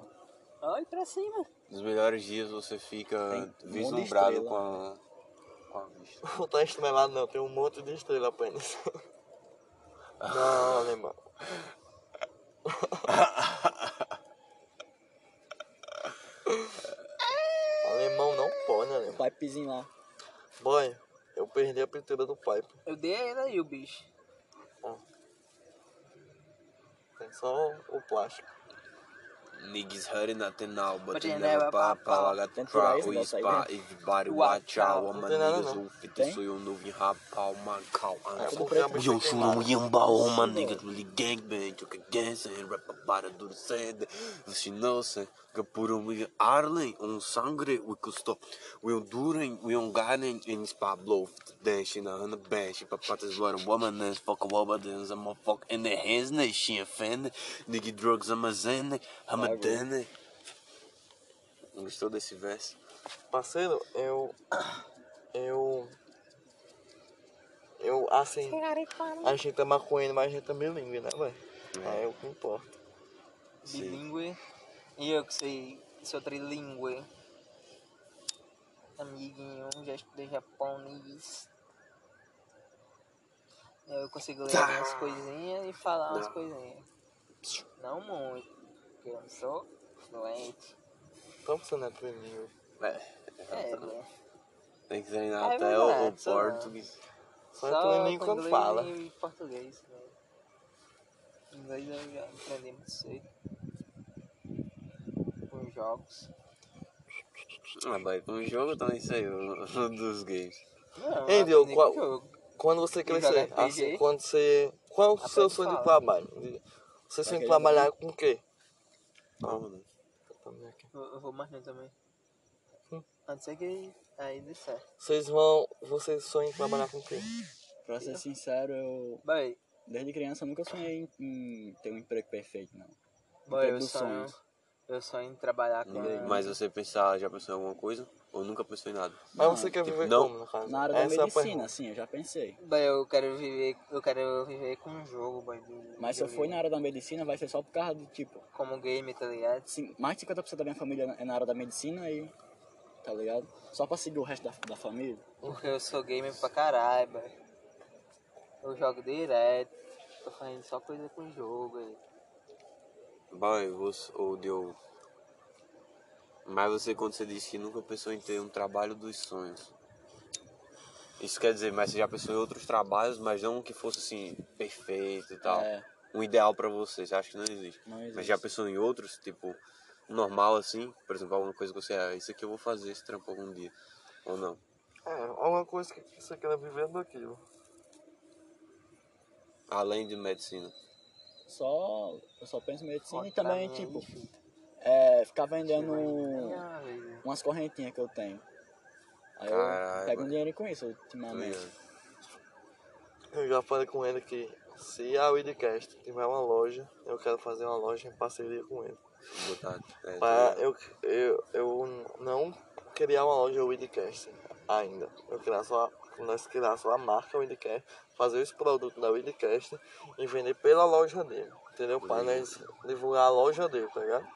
S5: Olha pra cima.
S3: Nos melhores dias você fica
S4: Tem um monte de
S3: vislumbrado
S4: estrela.
S3: com a,
S5: né?
S3: com a vista.
S2: Não tá estrelado não, tem um monte de estrela apenas. Não, alemão. alemão não pode, alemão.
S4: Pipezinho lá.
S2: Boy, eu perdi a pintura do pipe.
S5: Eu dei a ele aí o bicho.
S2: Tem só o plástico.
S3: Niggas hurting nothing now, but,
S5: But
S3: they
S5: they
S3: never
S5: never
S3: pop
S5: pop out.
S3: out. I got the
S4: Tem que tirar
S3: crowd
S4: esse
S3: who is
S4: negócio aí,
S3: by
S4: né?
S3: everybody, watch
S5: Watch
S3: out.
S5: out.
S3: All my
S2: Não tem nada,
S3: niggas
S2: não.
S3: who fit
S4: Tem?
S3: so you know we hop out, man, cow, and
S2: É,
S3: so.
S2: porque
S4: preto.
S2: a bicha
S3: Yo,
S2: tem
S3: churro,
S2: nada.
S3: yamba, oh, all my
S4: Sim,
S3: niggas really gangbang. You can dance and rap about it, do the sand. Você não sei, que por um we Arlen, um sangre, we could stop. We on Duren, we on Garden, and it's Pablo. Dancing on the bench, papatas what a woman is, fuck a woman, there's a motherfucker in the hands, and she offended. Nigga drugs, I'm a zen, né, I'm a
S4: Tá bom.
S3: den. Gostou desse verso?
S2: Parceiro, eu. eu. Eu, assim. A gente é maconheiro, mas a gente é bilíngue, né, velho? É. o que importa.
S5: Bilíngue. E eu que sei, sou trilingüe. Amiguinho, já estudei japonês. E aí eu consigo
S2: Tá.
S5: ler algumas coisinhas e falar umas coisinhas. Não muito, porque eu não sou fluente.
S2: Como você não é bilíngue? tá
S5: É, né?
S3: Tem que treinar
S5: É
S3: até o, o
S5: verdade, só não.
S3: português.
S2: Só, é bilíngue
S5: com
S2: quando
S5: inglês
S2: fala.
S5: E português. Né? Inglês eu já aprendi muito cedo. Com jogos.
S3: Ah, mas com o jogo também saiu [LAUGHS] dos games.
S5: Não,
S2: Ei, Diogo,
S5: aprendi
S2: qual-
S5: com jogo.
S2: Quando você
S5: jogar
S2: crescer,
S5: RPG?
S2: assim, quando você. Qual é o seu
S5: Aprende
S2: sonho de
S5: fala.
S2: trabalho? Você sonha em
S4: querer
S2: trabalhar com o quê?
S3: Não, mano.
S5: Eu, eu vou mais longe também. A não ser que aí dê certo.
S2: Vocês vão. Vocês sonham em trabalhar com o quê?
S4: Pra ser sincero, eu
S5: Boy,
S4: desde criança eu nunca sonhei em, em ter um emprego perfeito, não. Um
S5: boy eu
S4: Emprego dos
S5: sonho.
S4: sonhos.
S5: Eu sonho em trabalhar com.
S3: Mas é você pensar, já pensou em alguma coisa? Ou nunca pensou em nada?
S2: Mas
S4: Não,
S2: você quer
S3: tipo,
S2: viver
S3: não.
S2: como, no caso?
S4: Na área da
S2: Essa é a
S4: medicina,
S2: pergunta.
S4: assim, eu já pensei.
S5: Boy, eu quero viver. Eu quero viver com um jogo, boy. de-
S4: Mas se eu for na área da medicina, vai ser só por causa do tipo,
S5: Como game, tá ligado?
S4: assim, mais de 50% da minha família é na área da medicina e. tá ligado? Só pra seguir o resto da, da família.
S5: Porque eu sou gamer pra caralho, boy. Eu jogo direto. Tô fazendo só coisa com jogo aí.
S3: Boy, você, ou deu. Mas você, quando você disse que nunca pensou em ter um trabalho dos sonhos. Isso quer dizer, mas você já pensou em outros trabalhos, mas não que fosse assim, perfeito e tal.
S4: É.
S3: Um ideal pra você, você acha que não existe.
S4: Não
S3: Mas
S4: existe.
S3: já pensou em outros, tipo, normal assim? Por exemplo, alguma coisa que você, ah, isso aqui eu vou fazer esse trampo algum dia. Ou não?
S2: É, alguma coisa que você quer viver daquilo.
S3: Além de medicina.
S4: Só. Eu só penso em medicina e
S5: Pra
S4: também,
S5: mim é
S4: tipo,
S5: difícil.
S4: é, ficar vendendo
S5: Nenhuma vez, né?
S4: umas correntinhas que eu tenho. Aí
S3: Caralho,
S4: eu pego um
S3: mano.
S4: dinheiro com isso
S3: Tá
S4: ultimamente.
S3: ligado?
S2: Eu já falei com ele que se a Widcast tiver uma loja, eu quero fazer uma loja em parceria com ele.
S3: Botar. É, tá
S2: Mas
S3: ligado?
S2: eu, eu, eu não criar uma loja Widcast ainda. Eu criar só, nós criar só a marca Widcast, fazer os produtos da Widcast e vender pela loja dele. Entendeu?
S3: Uhum.
S2: Para nós divulgar a loja dele, tá ligado?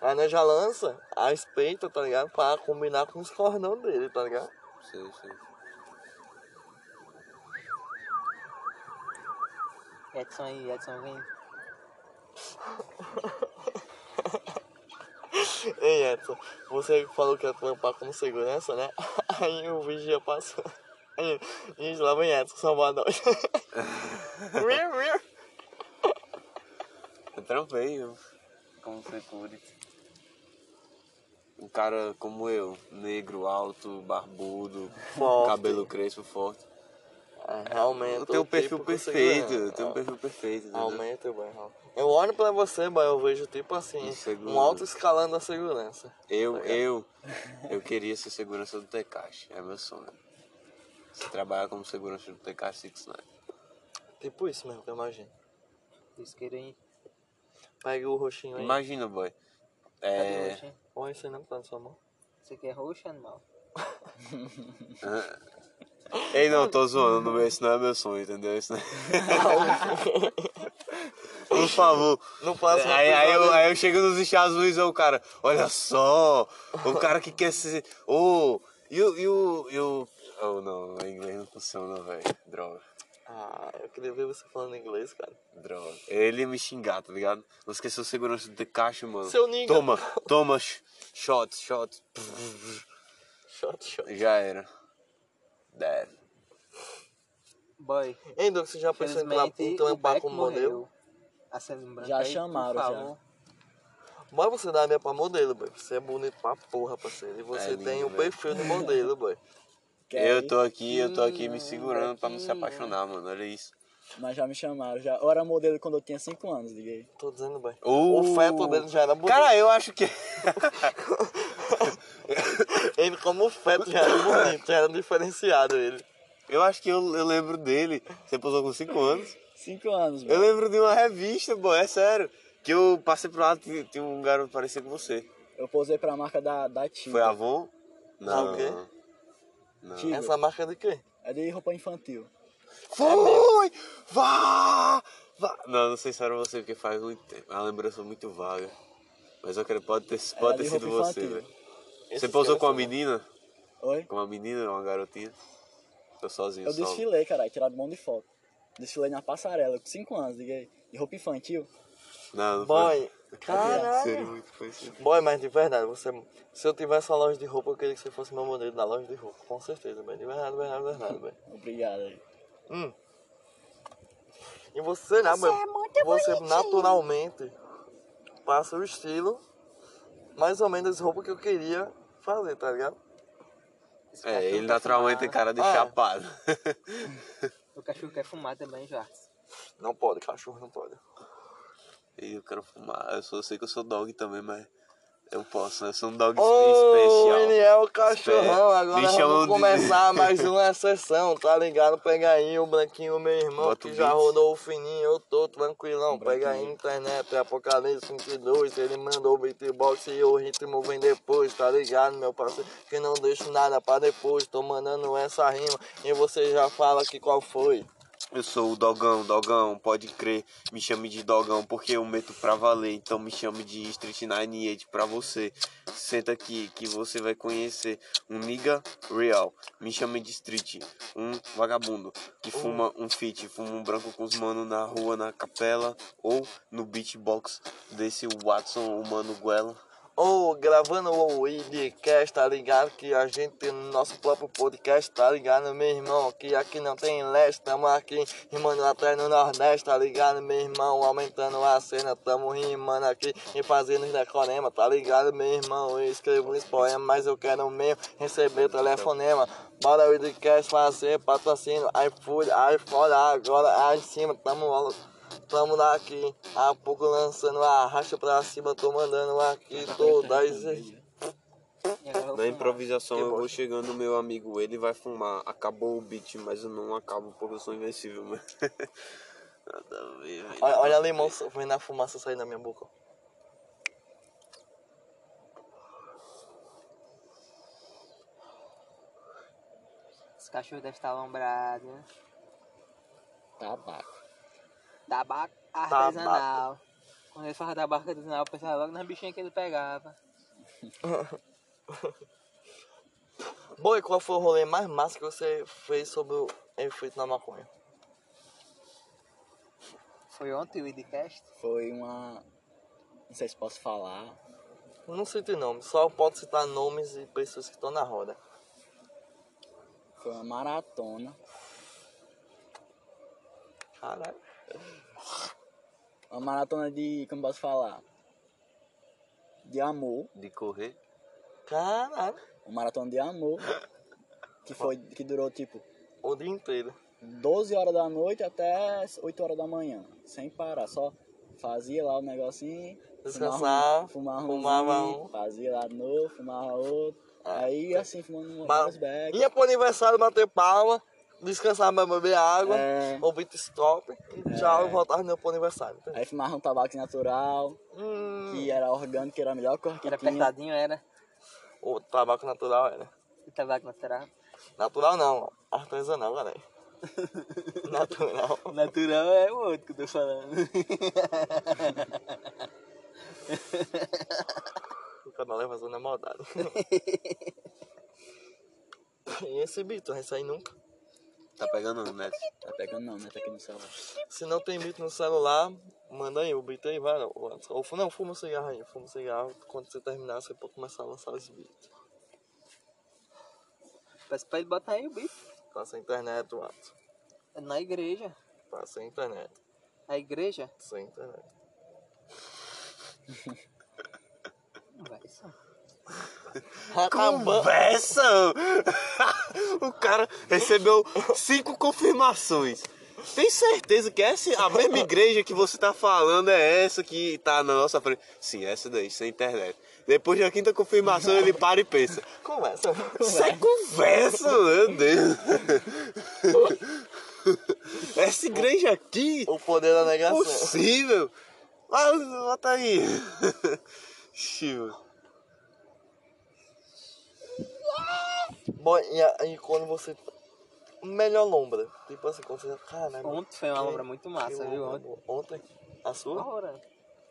S2: Aí nós já lança a espeita, tá ligado? Pra combinar com os cordão dele, tá ligado?
S3: Sei, sei.
S5: Edson aí, Edson vem.
S2: Ei, Edson, você falou que ia trampar como segurança, né? [LAUGHS] Aí o vigia passou. Aí, gente, lá vem Edson, salvador.
S5: [LAUGHS]
S3: Eu trampei, eu. Como security. Um cara como eu, negro, alto, barbudo,
S2: Forte.
S3: cabelo crespo, forte.
S2: É, aumenta.
S3: Eu tenho um perfil
S2: tipo de
S3: perfeito,
S2: segurança. É,
S3: eu tenho um perfil perfeito. entendeu?
S2: Aumenta, mano. Eu olho pra você, mano, eu vejo tipo assim,
S3: Insegurança.
S2: um alto escalando a segurança.
S3: Eu, eu, eu queria ser segurança do Tekashi, é meu sonho. Se trabalhar como segurança do Tekashi 69.
S2: Tipo isso mesmo, que eu imagino.
S5: Vocês querem ir?
S2: Pega o roxinho aí.
S3: Imagina, boy.
S5: Cadê o
S3: É.
S5: roxinho?
S2: Olha isso aí não tá na sua mão.
S5: Você quer roxo, animal?
S3: Ei, não, tô zoando, não- esse não é meu sonho, entendeu? Esse não é- [LAUGHS] Por favor.
S2: Não passa
S3: Aí, aí, eu, aí eu chego nos Estados Unidos e o cara, olha só, o cara que quer ser. Ô, e o. E o. e o- Oh, não, em inglês não funciona, velho. Droga,
S2: Ah, eu queria ver você falando inglês, cara.
S3: droga. Ele ia me xingar, tá ligado? Não esqueceu o segurança de caixa, mano.
S2: Seu nigga.
S3: Toma, toma, sh- shot, shot.
S2: Shot, shot.
S3: Já era. Dead.
S5: Boy,
S2: Hein, Doug, você já pensou em tra- em
S5: infelizmente o
S2: trampar
S5: Beck
S2: como modelo?
S5: morreu. A César Branca
S4: Já
S5: aí,
S4: chamaram,
S5: por
S4: já.
S5: favor.
S2: Mas você daria pra modelo, boy. Você é bonito pra porra, parceiro. E você
S3: É lindo, né?
S2: tem o
S3: velho.
S2: perfil de modelo, boy.
S4: Quer
S3: eu
S4: ir?
S3: tô aqui, eu tô aqui me
S5: Ih,
S3: segurando pra não se
S5: Bequinho.
S3: apaixonar, mano. Olha isso.
S4: Mas já me chamaram, já. Eu era modelo quando eu tinha 5 anos, liguei.
S2: Tô dizendo, boy.
S3: Uh.
S2: O feto dele já era bonito.
S3: Cara, eu acho que. [LAUGHS]
S2: Ele como feto já era bonito, já era diferenciado ele.
S3: Eu acho que eu, eu lembro dele. Você posou com 5 anos.
S4: 5 anos,
S3: Eu
S4: mano.
S3: lembro de uma revista, boy, é sério. Que eu passei pro lado e tinha um garoto parecido com você.
S4: Eu posei pra marca da, da Tia.
S3: Foi Avon?
S2: Ah,
S3: Não.
S2: o quê?
S3: Não.
S4: Tia.
S2: Essa marca de quê?
S4: É de roupa infantil.
S2: É
S3: Foi! Vá! Vá! Não, não sei se era você, porque faz muito tempo. A lembrança muito vaga. Mas eu quero, pode ter,
S2: É,
S4: Era
S3: pode ter
S4: de
S3: sido
S4: roupa
S3: você,
S4: infantil.
S3: velho. Você posou com uma
S2: a
S3: menina?
S4: Oi?
S3: Com uma menina, uma garotinha? Tô sozinho,
S2: É
S4: Eu
S3: solo.
S4: desfilei, caralho, tirado um monte de foto. Desfilei na passarela, com 5 anos, diga aí. De roupa infantil.
S3: Não, não foi.
S2: Boy,
S3: Sério,
S2: caralho.
S3: muito foi isso.
S2: Boy, mas de verdade, você. Se eu tivesse uma loja de roupa, eu queria que você fosse meu modelo na loja de roupa, com certeza, bem. De verdade, verdade, verdade, bem.
S4: Obrigado aí.
S2: Hum. E você, né, mano? você naturalmente passa o estilo, mais ou menos roupa que eu queria fazer, tá ligado?
S5: Esse
S3: É,
S5: cachorro
S3: ele
S5: quer
S3: naturalmente tem
S5: fumar.
S3: cara de
S2: Ah.
S3: chapado. [LAUGHS]
S5: O cachorro quer fumar também, Joás.
S2: Não pode, cachorro não pode.
S3: E eu quero fumar. Eu, sou, eu sei que eu sou dog também, mas eu posso, né? Eu sou um dog
S2: Ô,
S3: especial.
S2: ele é o cachorrão,
S3: Espera.
S2: agora
S3: Me chamam
S2: vamos
S3: de- [LAUGHS]
S2: começar mais uma sessão, tá ligado? Pega aí o branquinho, meu irmão,
S3: Bota
S2: que
S3: o
S2: já
S3: beat.
S2: rodou o fininho, eu tô tranquilão. Pega aí internet, é Apocalipse 52, ele mandou o beatbox e o ritmo vem depois, tá ligado, meu parceiro? Que não deixo nada pra depois, tô mandando essa rima e você já fala que qual foi.
S3: Eu sou o Dogão, Dogão, pode crer, me chame de Dogão, porque eu meto pra valer, então me chame de Street 98 pra você. Senta aqui que você vai conhecer um nigga real, me chame de Street, um vagabundo que fuma um fit, fuma um branco com os mano na rua, na capela ou no beatbox desse Watson, o mano Guela.
S2: Ou gravando o podcast, tá ligado? Que a gente tem no nosso próprio podcast, tá ligado, meu irmão? Que aqui não tem leste, tamo aqui rimando até no Nordeste, tá ligado, meu irmão? Aumentando a cena, tamo rimando aqui e fazendo os decorema, tá ligado, meu irmão? Eu escrevo uns poemas, mas eu quero mesmo receber telefonema. Bora o podcast fazer patrocínio, iFood, iPhone, agora aí em cima, tamo Tamo daqui, a pouco lançando a racha pra cima, tô mandando aqui todas.
S5: E agora eu vou
S3: Na
S5: fumar.
S3: improvisação
S2: Que
S3: eu vou
S2: bosta.
S3: chegando, meu amigo, ele vai fumar. Acabou o beat, mas eu não acabo porque eu sou invencível, mano. [LAUGHS] Nada a ver, velho.
S2: Olha, olha a limão so- vendo a fumaça sair da minha boca.
S5: Esse cachorro deve estar alombrado, né?
S4: Tabaco.
S5: Tabaco artesanal. Quando ele fala tabaco artesanal, eu pensava logo nas bichinhas que ele pegava.
S2: Boi, qual foi o rolê mais massa que você fez sobre o efeito na maconha?
S5: Foi ontem o Idcast?
S4: Foi uma. Não sei se posso falar.
S2: Não cite nome, só pode citar nomes e pessoas que estão na roda.
S4: Foi uma maratona.
S2: Caralho.
S4: Uma maratona de. Como posso falar? De amor.
S3: De correr.
S2: Caralho.
S4: Uma maratona de amor. Que foi. Que durou tipo
S2: O dia inteiro.
S4: 12 horas da noite até 8 horas da manhã. Sem parar. Só fazia lá o negocinho.
S2: Descansar,
S4: Fumava, um-
S2: fumava
S4: umzinho,
S2: um.
S4: Fazia lá de novo, fumava outro.
S2: Ah,
S4: Aí assim, fumando um
S2: Ba-
S4: back.
S2: Ia pro aniversário bater palma, descansar, mas beber água,
S4: É.
S2: ouvir stop e já voltar no pro aniversário.
S4: Aí fumava um tabaco natural,
S2: Hum.
S4: que era orgânico, que era a melhor cor que
S5: Era
S4: tinha.
S5: apertadinho, era?
S2: O tabaco natural é, né? era.
S5: O tabaco natural.
S2: Natural não, artesanal, galera. [LAUGHS] natural.
S5: O natural é o outro que eu tô falando.
S2: O canal leva zona maldade. [LAUGHS] e esse beat vai sair nunca.
S3: Tá pegando, né?
S4: Tá pegando não, né? Tá aqui no celular.
S2: Se não tem beat no celular, manda aí o beat aí, vai. Ou, ou, não, fuma um cigarro aí, fuma um cigarro. Quando você terminar, você pode começar a lançar os beats.
S5: [LAUGHS] Peço pra ele botar aí o bicho.
S2: Passa a internet, Wato.
S5: É na igreja.
S2: Passa a internet,
S5: A igreja?
S2: sem internet.
S5: Não vai só.
S2: Acabando.
S3: Conversa! [LAUGHS] o cara recebeu cinco confirmações. Tem certeza que essa, a mesma igreja que você tá falando é essa que tá na nossa frente? Sim, é essa daí, sem internet. Depois da quinta confirmação, ele para e pensa.
S2: Começa.
S3: Isso é conversa, meu Deus. Essa igreja aqui,
S2: O poder da negação.
S3: impossível. Mas bota aí. Chivo.
S2: Bom, e aí quando você. Melhor lombra. Tipo assim, quando você. Caralho.
S1: Ontem foi É uma lombra muito massa,
S2: que
S1: viu?
S2: lombra
S1: Ontem.
S2: boa. Ontem? A sua?
S1: Ora,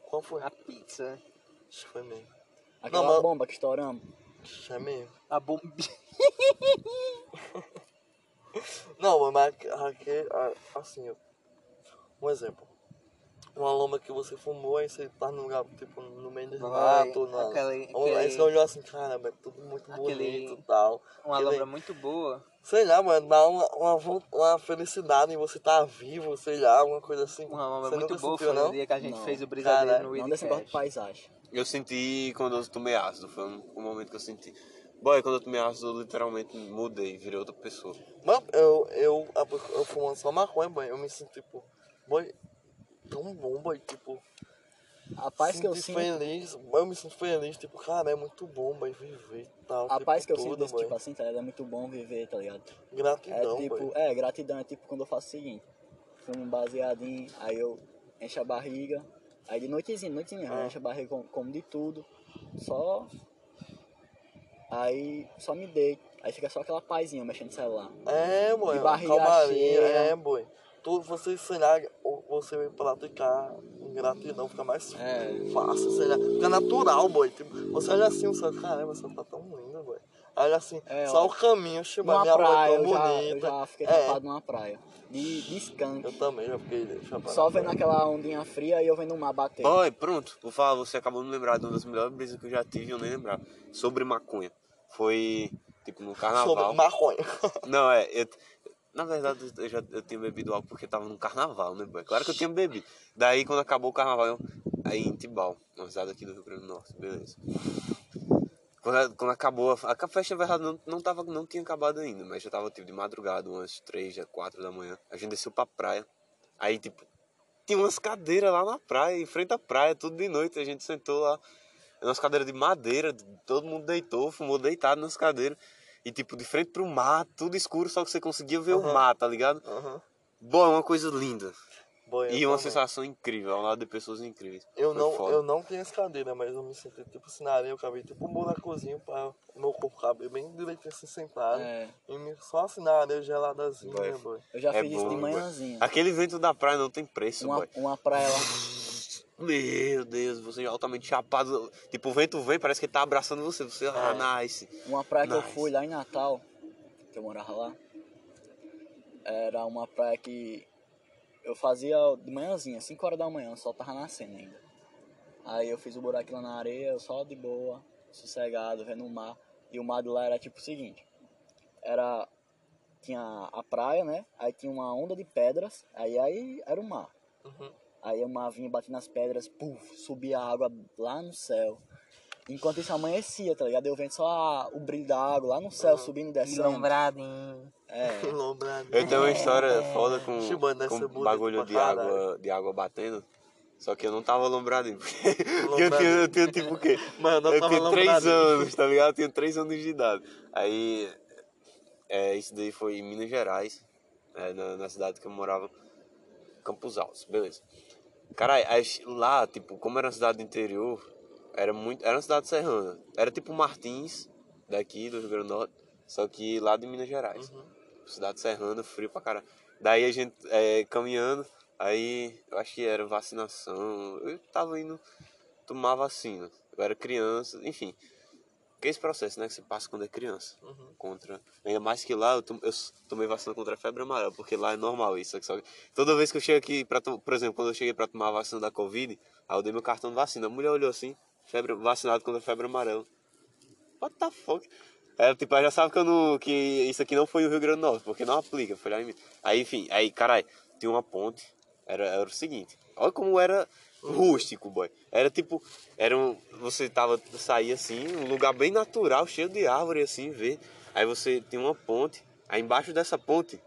S2: Qual foi?
S1: a pizza.
S2: Acho que foi mesmo.
S4: Aquela
S2: Não, mas-
S4: bomba que estouramos.
S2: Acho que é mesmo.
S1: A bombinha.
S5: [LAUGHS]
S2: Não, mas aqui, assim, ó. um exemplo. Uma lomba que você fumou, aí você tá num lugar, tipo, no meio do
S1: Vai,
S2: mato, na...
S1: aquele-
S2: ou- aí
S1: aquele-
S2: você olhou assim, caramba, é tudo muito
S1: Aquele-
S2: bonito e tal.
S1: Uma
S2: Aquele-
S1: lombra muito boa.
S2: Sei lá, mano, dá uma, uma, von- uma felicidade em você estar vivo, sei lá, alguma coisa assim.
S1: Uma lombra
S2: você
S1: muito
S2: nunca
S1: boa
S2: sentiu,
S1: foi o
S2: não?
S1: dia que a gente
S4: Não.
S1: fez o brisadeiro
S2: Caralho,
S1: no
S4: Não desse negócio de
S1: Widcast.
S4: paisagem.
S3: Eu senti quando eu tomei ácido, foi um, um momento que eu senti. Boy, quando eu tomei ácido, eu literalmente mudei, virei outra pessoa.
S2: Mano, eu, eu, eu fumando só maconha, mano, eu me sinto, tipo, boy, tão bom, boy, tipo...
S4: A paz que eu
S2: sinto
S4: sinto,
S2: feliz, eu me sinto feliz, tipo, cara, é muito bom, vai viver e tal.
S4: a
S2: tipo,
S4: paz que eu sinto
S2: tudo,
S4: desse
S2: boy.
S4: tipo assim, tá ligado? É muito bom viver, tá ligado? É
S2: Gratidão,
S4: tipo,
S2: boy.
S4: é, gratidão é tipo quando eu faço o seguinte, fumo um baseadinho, aí eu encho a barriga, aí de noitezinha, noitezinha, eu
S2: Ah.
S4: encho a barriga, como, como de tudo, só, aí só me deito, aí fica só aquela pazinha mexendo no celular.
S2: É, boy,
S4: de
S2: uma
S4: barriga
S2: calmaria,
S4: cheia. né?
S2: é, boy. Tudo você será, ou você vai praticar gratidão, fica mais
S4: É.
S2: fácil, sei lá, fica natural, boy. Tipo, você olha assim, você fala, caramba, você tá tão lindo, boy. Aí Olha assim,
S4: É,
S2: só
S4: ó.
S2: o caminho, chama
S4: Numa
S2: minha rua tão
S4: praia, eu já, eu
S2: bonita.
S4: já fiquei
S2: É.
S4: tapado numa praia, de, de skunk,
S2: Eu também já fiquei chapado.
S4: só vendo aquela ondinha fria e eu vendo o mar bater.
S3: Boy, pronto. Vou falar, você acabou de me lembrar de uma das melhores brisas que eu já tive, eu nem lembrava. Sobre maconha. Foi, tipo, no
S2: Sobre
S3: carnaval.
S2: maconha.
S3: Não, é. Eu, na verdade, eu já eu tinha bebido álcool porque tava num carnaval, né, boy? Claro que eu tinha bebido. Daí, quando acabou o carnaval, eu, aí em Tibau, uma cidade aqui do Rio Grande do Norte, beleza. Quando, quando acabou, a, a festa, na verdade, não, não, tava, não tinha acabado ainda, mas já tava, tipo, de madrugada, umas três, já quatro da manhã. A gente desceu pra praia. Aí, tipo, tinha umas cadeiras lá na praia, em frente à praia, tudo de noite. A gente sentou lá, umas cadeiras de madeira, de- todo mundo deitou, fumou deitado nas cadeiras. E tipo, de frente pro mar, tudo escuro, só que você conseguia ver o mar, tá ligado?
S4: [LAUGHS]
S2: Aham.
S3: Bom, é uma coisa linda.
S2: Boy,
S3: E
S2: É, eu
S3: uma
S2: também.
S3: sensação incrível, ao lado de pessoas incríveis.
S2: Eu
S3: Foi
S2: não,
S3: foda.
S2: eu não tenho essa cadeira, mas eu me senti tipo assim na areia, eu acabei tipo um buracozinho pra meu corpo caber bem direitinho assim sentado.
S4: É.
S2: E me, só assim na areia geladazinha,
S3: Vai.
S2: né, boy?
S4: Eu já
S3: É
S4: fiz isso de
S3: bom, boy.
S4: manhãzinha.
S3: Aquele vento da praia não tem preço,
S4: Uma,
S3: boy.
S4: uma praia lá.
S3: Meu Deus, você é altamente chapado. Tipo, o vento vem, parece que ele tá abraçando você. Você,
S2: É.
S3: ah, nice.
S4: Uma praia que eu
S3: Nice.
S4: fui lá em Natal, que eu morava lá, era uma praia que eu fazia de manhãzinha, 5 horas da manhã, o sol tava nascendo ainda. Aí eu fiz o buraco lá na areia, eu só de boa, sossegado, vendo o mar. E o mar de lá era tipo o seguinte, era. Tinha a praia, né? Aí tinha uma onda de pedras, aí aí era o mar. Uhum. Aí o mar vinha batendo nas pedras, puf, subia a água lá no céu. Enquanto isso amanhecia, tá ligado? Eu vendo só a- o brilho da água lá no céu, subindo Uhum. e descendo.
S1: Lombradinho.
S4: É.
S2: [LAUGHS] Lombrado.
S3: Eu tenho um uma história foda com,
S2: Chiba, deve ser
S3: com
S2: bonito
S3: bagulho
S2: pra
S3: de
S2: caralho.
S3: água, de água batendo. Só que eu não tava lombradinho. Porque [LAUGHS] eu,
S2: Lombradinho.
S3: tinha, eu tinha tipo o quê?
S2: Mano, eu
S3: eu
S2: tava
S3: tinha três
S2: lombradinho.
S3: anos, tá ligado? Eu tinha três anos de idade. Aí, é, isso daí foi em Minas Gerais, é, na, na cidade que eu morava, Campos Altos, beleza. Caralho, aí lá, tipo, como era uma cidade do interior, era muito. Era uma cidade serrana. Era tipo Martins, daqui do Rio Grande do Norte, só que lá de Minas Gerais.
S2: Uhum.
S3: Cidade serrana, frio pra caralho. Daí a gente é, caminhando, aí eu acho que era vacinação. Eu tava indo tomar vacina. assim, né? Eu era criança, enfim. Que é esse processo, né, que se passa quando é criança. Contra. Ainda mais que lá eu, tom- eu s- tomei vacina contra a febre amarela, porque lá é normal isso. só que- só que- toda vez que eu chego aqui, pra, to- por exemplo, quando eu cheguei pra tomar a vacina da Covid, aí eu dei meu cartão de vacina. A mulher olhou assim, febre, vacinado contra a febre amarela. What the fuck? É, tipo, ela já sabe que, eu não, que isso aqui não foi o Rio Grande do Norte, porque não aplica. Foi lá em mim. Aí, enfim, aí, caralho, tinha uma ponte. Era, era o seguinte. Olha como era rústico, boy. Era tipo, era um, você tava, saía assim, um lugar bem natural, cheio de árvore, assim, ver. Aí você tem uma ponte. Aí embaixo dessa ponte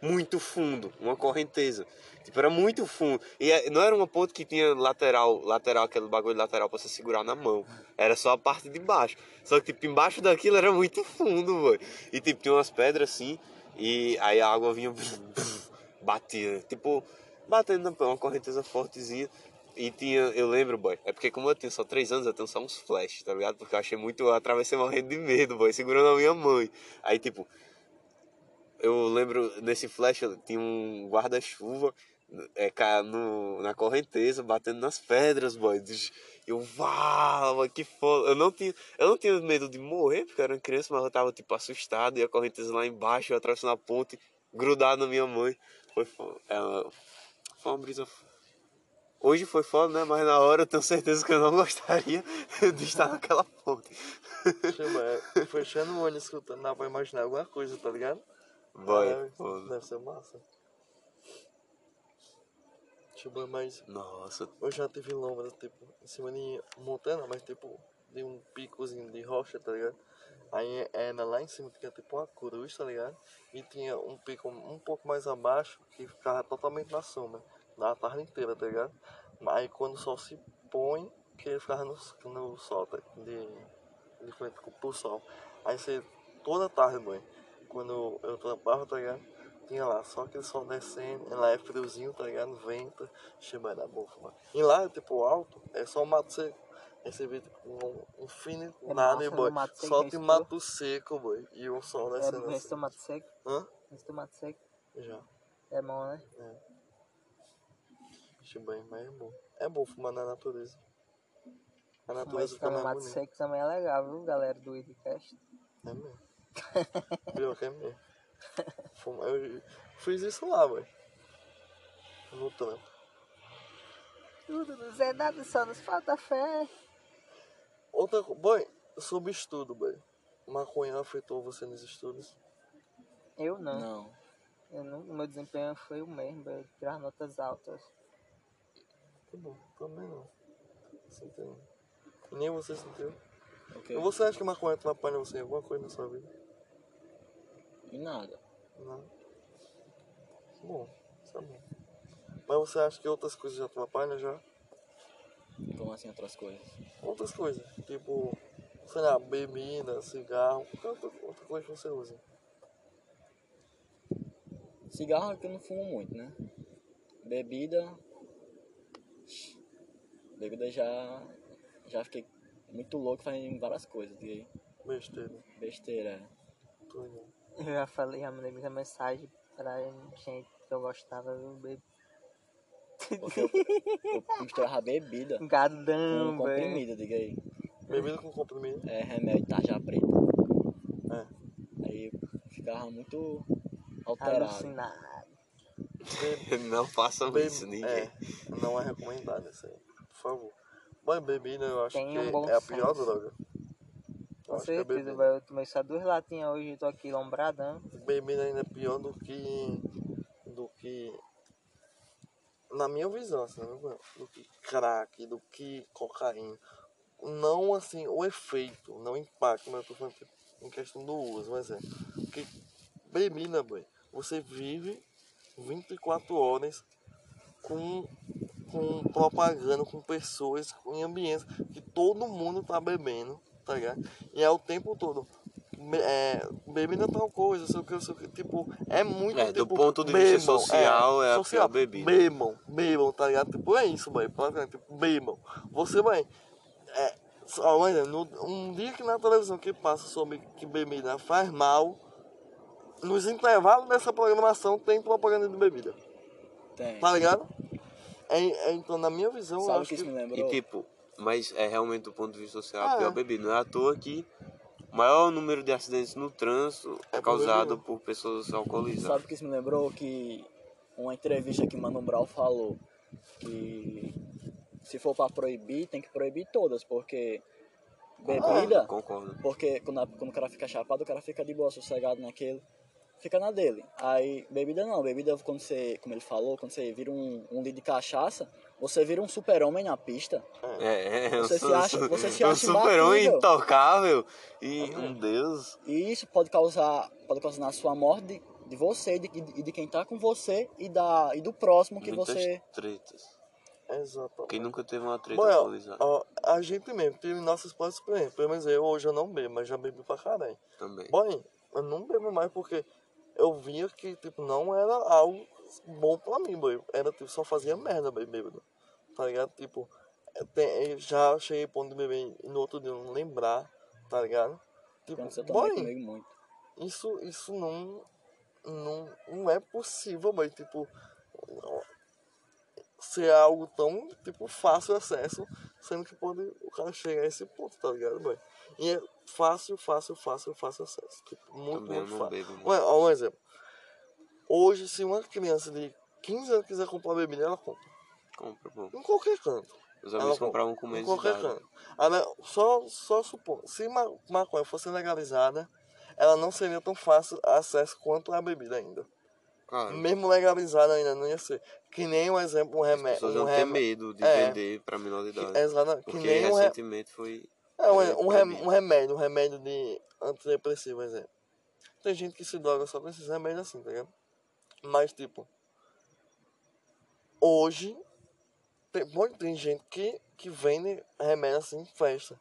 S3: muito fundo, uma correnteza. Tipo, era muito fundo. E eh, não era uma ponte que tinha lateral, lateral, aquele bagulho de lateral pra você segurar na mão. Era só a parte de baixo. Só que, tipo, embaixo daquilo era muito fundo, velho. E, tipo, tinha umas pedras assim, e aí a água vinha batia. Tipo, batendo na uma correnteza fortezinha. E tinha, eu lembro, boy, é porque como eu tinha só 3 anos, eu tenho só uns flash, tá ligado? Porque eu achei muito, eu atravessei morrendo de medo, boy, segurando a minha mãe. Aí, tipo, eu lembro, nesse flash, eu tinha um guarda-chuva é, ca- no, na correnteza, batendo nas pedras, boy. Diz- Eu, uau, mano, que foda. Eu não, tinha, eu não tinha medo de morrer, porque eu era uma criança, mas eu tava, tipo, assustado. E a correnteza lá embaixo, eu atravessando a ponte, grudado na minha mãe. Foi, fo- é, foi uma brisa Hoje foi foda, né? Mas na hora eu tenho certeza que eu não [LAUGHS] gostaria de estar naquela ponte.
S2: Sei lá, é Fechando o olho escutando, dá pra imaginar alguma coisa, tá ligado?
S3: Boy,
S2: Caralho,
S3: foda.
S2: Deve ser massa. Tipo, mas
S3: Nossa, [LAUGHS]
S2: eu já tive lombra, tipo, em cima de montanha, mas tipo, de um picozinho de rocha, tá ligado? Aí era lá em cima, tinha tipo uma cruz, tá ligado? E tinha um pico um pouco mais abaixo, que ficava totalmente na sombra, na tarde inteira, tá ligado? Aí quando o sol se põe, que ele ficava no, no sol, tá? de, de frente com- pro sol. Aí você, toda tarde, mãe, quando eu trampava, tá ligado? Tinha lá, só aquele sol descendo, e lá é friozinho, tá ligado? Venta, chama da boca, mano. E lá, tipo, alto, é só mato seco. Aí você vê, tipo, um infinito
S5: É
S2: nada,
S5: massa,
S2: e
S5: no
S2: boy.
S5: mato seco
S2: Só
S5: é
S2: tem
S5: escuro.
S2: mato seco, boy. E um sol
S5: É,
S2: descendo
S5: vence
S2: assim.
S5: tomate seco.
S2: Hã?
S5: Vence tomate seco.
S2: Já.
S5: É bom, né?
S2: Vixe, bem, mas é bom. É bom fumar na natureza. A
S5: Mas
S2: natureza fica
S5: também
S2: mais
S5: mate
S2: bonita.
S5: seco também é legal, viu, galera do Idcast?
S2: É mesmo. Pior que é mesmo. Fuma- Eu fiz isso lá, boy. No trampo.
S5: Tudo nos é dado, só nos falta fé.
S2: Outra coisa, boy, sobre estudo, boy. Maconha afetou você nos estudos?
S5: Eu não.
S4: Não.
S5: Eu não meu desempenho foi o mesmo, eu tirar notas altas.
S2: Tá bom, também não. Sentiu. E nem você sentiu.
S4: Ok.
S2: E Você acha que maconha atrapalha você em alguma coisa na sua vida?
S4: E nada.
S2: Não. Bom, isso é bom. Mas você acha que outras coisas já atrapalham já?
S4: Como assim outras coisas?
S2: Outras coisas, tipo, sei lá, bebida, cigarro, qualquer outra, outra coisa que você usa.
S4: Cigarro é que eu não fumo muito, né? Bebida. Bebida já. Já fiquei muito louco fazendo várias coisas. De
S2: Besteira,
S4: besteira.
S2: tô ligado.
S5: Eu já falei, já mandei muita mensagem pra gente que eu gostava do bebê.
S4: Porque eu, eu
S5: [LAUGHS]
S4: misturava bebida com
S5: Gadão, velho.
S4: comprimido, diga aí.
S2: Bebida com comprimido,
S4: É remédio, tarja preta.
S2: é.
S4: Aí eu ficava muito
S5: assim,
S4: alterado.
S5: Alucinado.
S2: Be-
S3: não façam
S2: be-
S3: isso, ninguém.
S2: é, não é recomendado isso aí, por favor. Mas bebida eu acho
S5: Tem
S2: que
S5: um bom
S2: é a pior
S5: senso.
S2: droga.
S5: Com
S2: Eu acho que é
S5: certeza,
S2: bebida.
S5: velho. Eu tomei só duas latinhas hoje e tô aqui lombradão.
S2: Bebida ainda é pior do que. do que. Na minha visão, assim, né, mano? do que crack, do que cocaína. Não assim, o efeito, não o impacto, mas eu tô falando tipo, em questão do uso, mas é. Porque bebida, boy, você vive 24 horas com, com propaganda, com pessoas, com em ambientes que todo mundo tá bebendo, tá ligado? E é o tempo todo. be- É, bebida é tal coisa, sei o que, sei o que, tipo, é muito
S3: É, do
S2: tipo,
S3: ponto de vista
S2: bebam,
S3: social, é a
S2: social,
S3: pior bebida.
S2: Bebam, bebam, tá ligado? Tipo, é isso, mãe, praticamente, tipo, bebam. Você, vai é, só, olha, no, um dia que na televisão que passa sobre que bebida faz mal, nos intervalos dessa programação tem propaganda de bebida.
S4: Tem.
S2: Tá ligado? É, é, então, na minha visão, eu
S4: Sabe o
S2: acho
S4: que isso me
S3: E
S4: lembrou?
S3: tipo, mas é realmente do ponto de vista social a
S2: Ah,
S3: pior
S2: é.
S3: bebida. Não é à toa que o maior número de acidentes no trânsito é,
S2: É por
S3: causado
S2: bebida.
S3: por pessoas
S4: Sabe
S3: alcoolizadas.
S4: o que isso me lembrou? Que uma entrevista que Mano Brown falou que se for pra proibir, tem que proibir todas, porque bebida,
S3: Concordo.
S4: porque quando, a- quando o cara fica chapado, o cara fica de boa, sossegado naquilo, fica na dele. Aí bebida não, bebida quando você, como ele falou, quando você vira um, um litro de cachaça, você vira um super-homem na pista.
S3: É, é,
S4: Você
S3: eu
S4: se
S3: sou-
S4: acha- você se
S3: eu
S4: acha
S3: sou um super-homem
S4: imbatível.
S3: intocável e um deus.
S4: E isso pode causar, pode causar na sua morte de, de você, de, e de quem tá com você e, da, e do próximo É que
S3: Muitas
S4: você.
S3: tretas.
S2: Exatamente.
S3: Quem nunca teve uma treta
S2: é Bom, ó,
S3: alcoolizada
S2: ó, a gente mesmo teve nossas próprias experiências. Pelo menos eu hoje eu não bebo, mas já bebi pra caralho.
S3: também.
S2: Bom, eu não bebo mais porque eu via que tipo, não era algo bom pra mim, boy. Era tipo, só fazia merda, boy, bêbado. tá ligado? Tipo, eu, te- eu já cheguei ponto de beber e no outro dia eu não lembrar, tá ligado? Tipo,
S4: Aconteceu também
S2: boy,
S4: comigo muito.
S2: isso, isso não, não, não é possível, boy. Tipo, ser algo tão, tipo, fácil acesso, sendo que pode o cara chegar a esse ponto, tá ligado, boy? E é fácil, fácil, fácil, fácil acesso. Tipo, muito,
S3: Também eu
S2: muito
S3: não
S2: fácil.
S3: bebo muito.
S2: Ué, ó, um exemplo. Hoje, se uma criança de 15 anos quiser comprar bebida, ela compra.
S3: Compra, pô.
S2: Em qualquer canto.
S3: Os
S2: Ela
S3: amigos
S2: compra.
S3: compravam com
S2: Em
S3: menos de
S2: qualquer
S3: idade.
S2: canto. Agora, só, só supor, se ma maconha fosse legalizada, ela não seria tão fácil acesso quanto a bebida ainda.
S3: Claro,
S2: Mesmo legalizada ainda, não ia ser. Que nem um exemplo, um
S3: Ah. as
S2: remédio.
S3: pessoas
S2: Um
S3: não têm
S2: remédio.
S3: medo de
S2: é.
S3: vender pra menor de
S2: Que,
S3: idade.
S2: exatamente. Que
S3: né? Porque
S2: nem um, re-
S3: recentemente foi.
S2: é, um,
S3: é,
S2: um re-
S3: proibido.
S2: um remédio, um remédio de antidepressivo, por exemplo. Tem gente que se droga só pra esses remédios assim, tá ligado? Mas, tipo, hoje, tem, bom, tem gente que, que vende remédio assim em festa.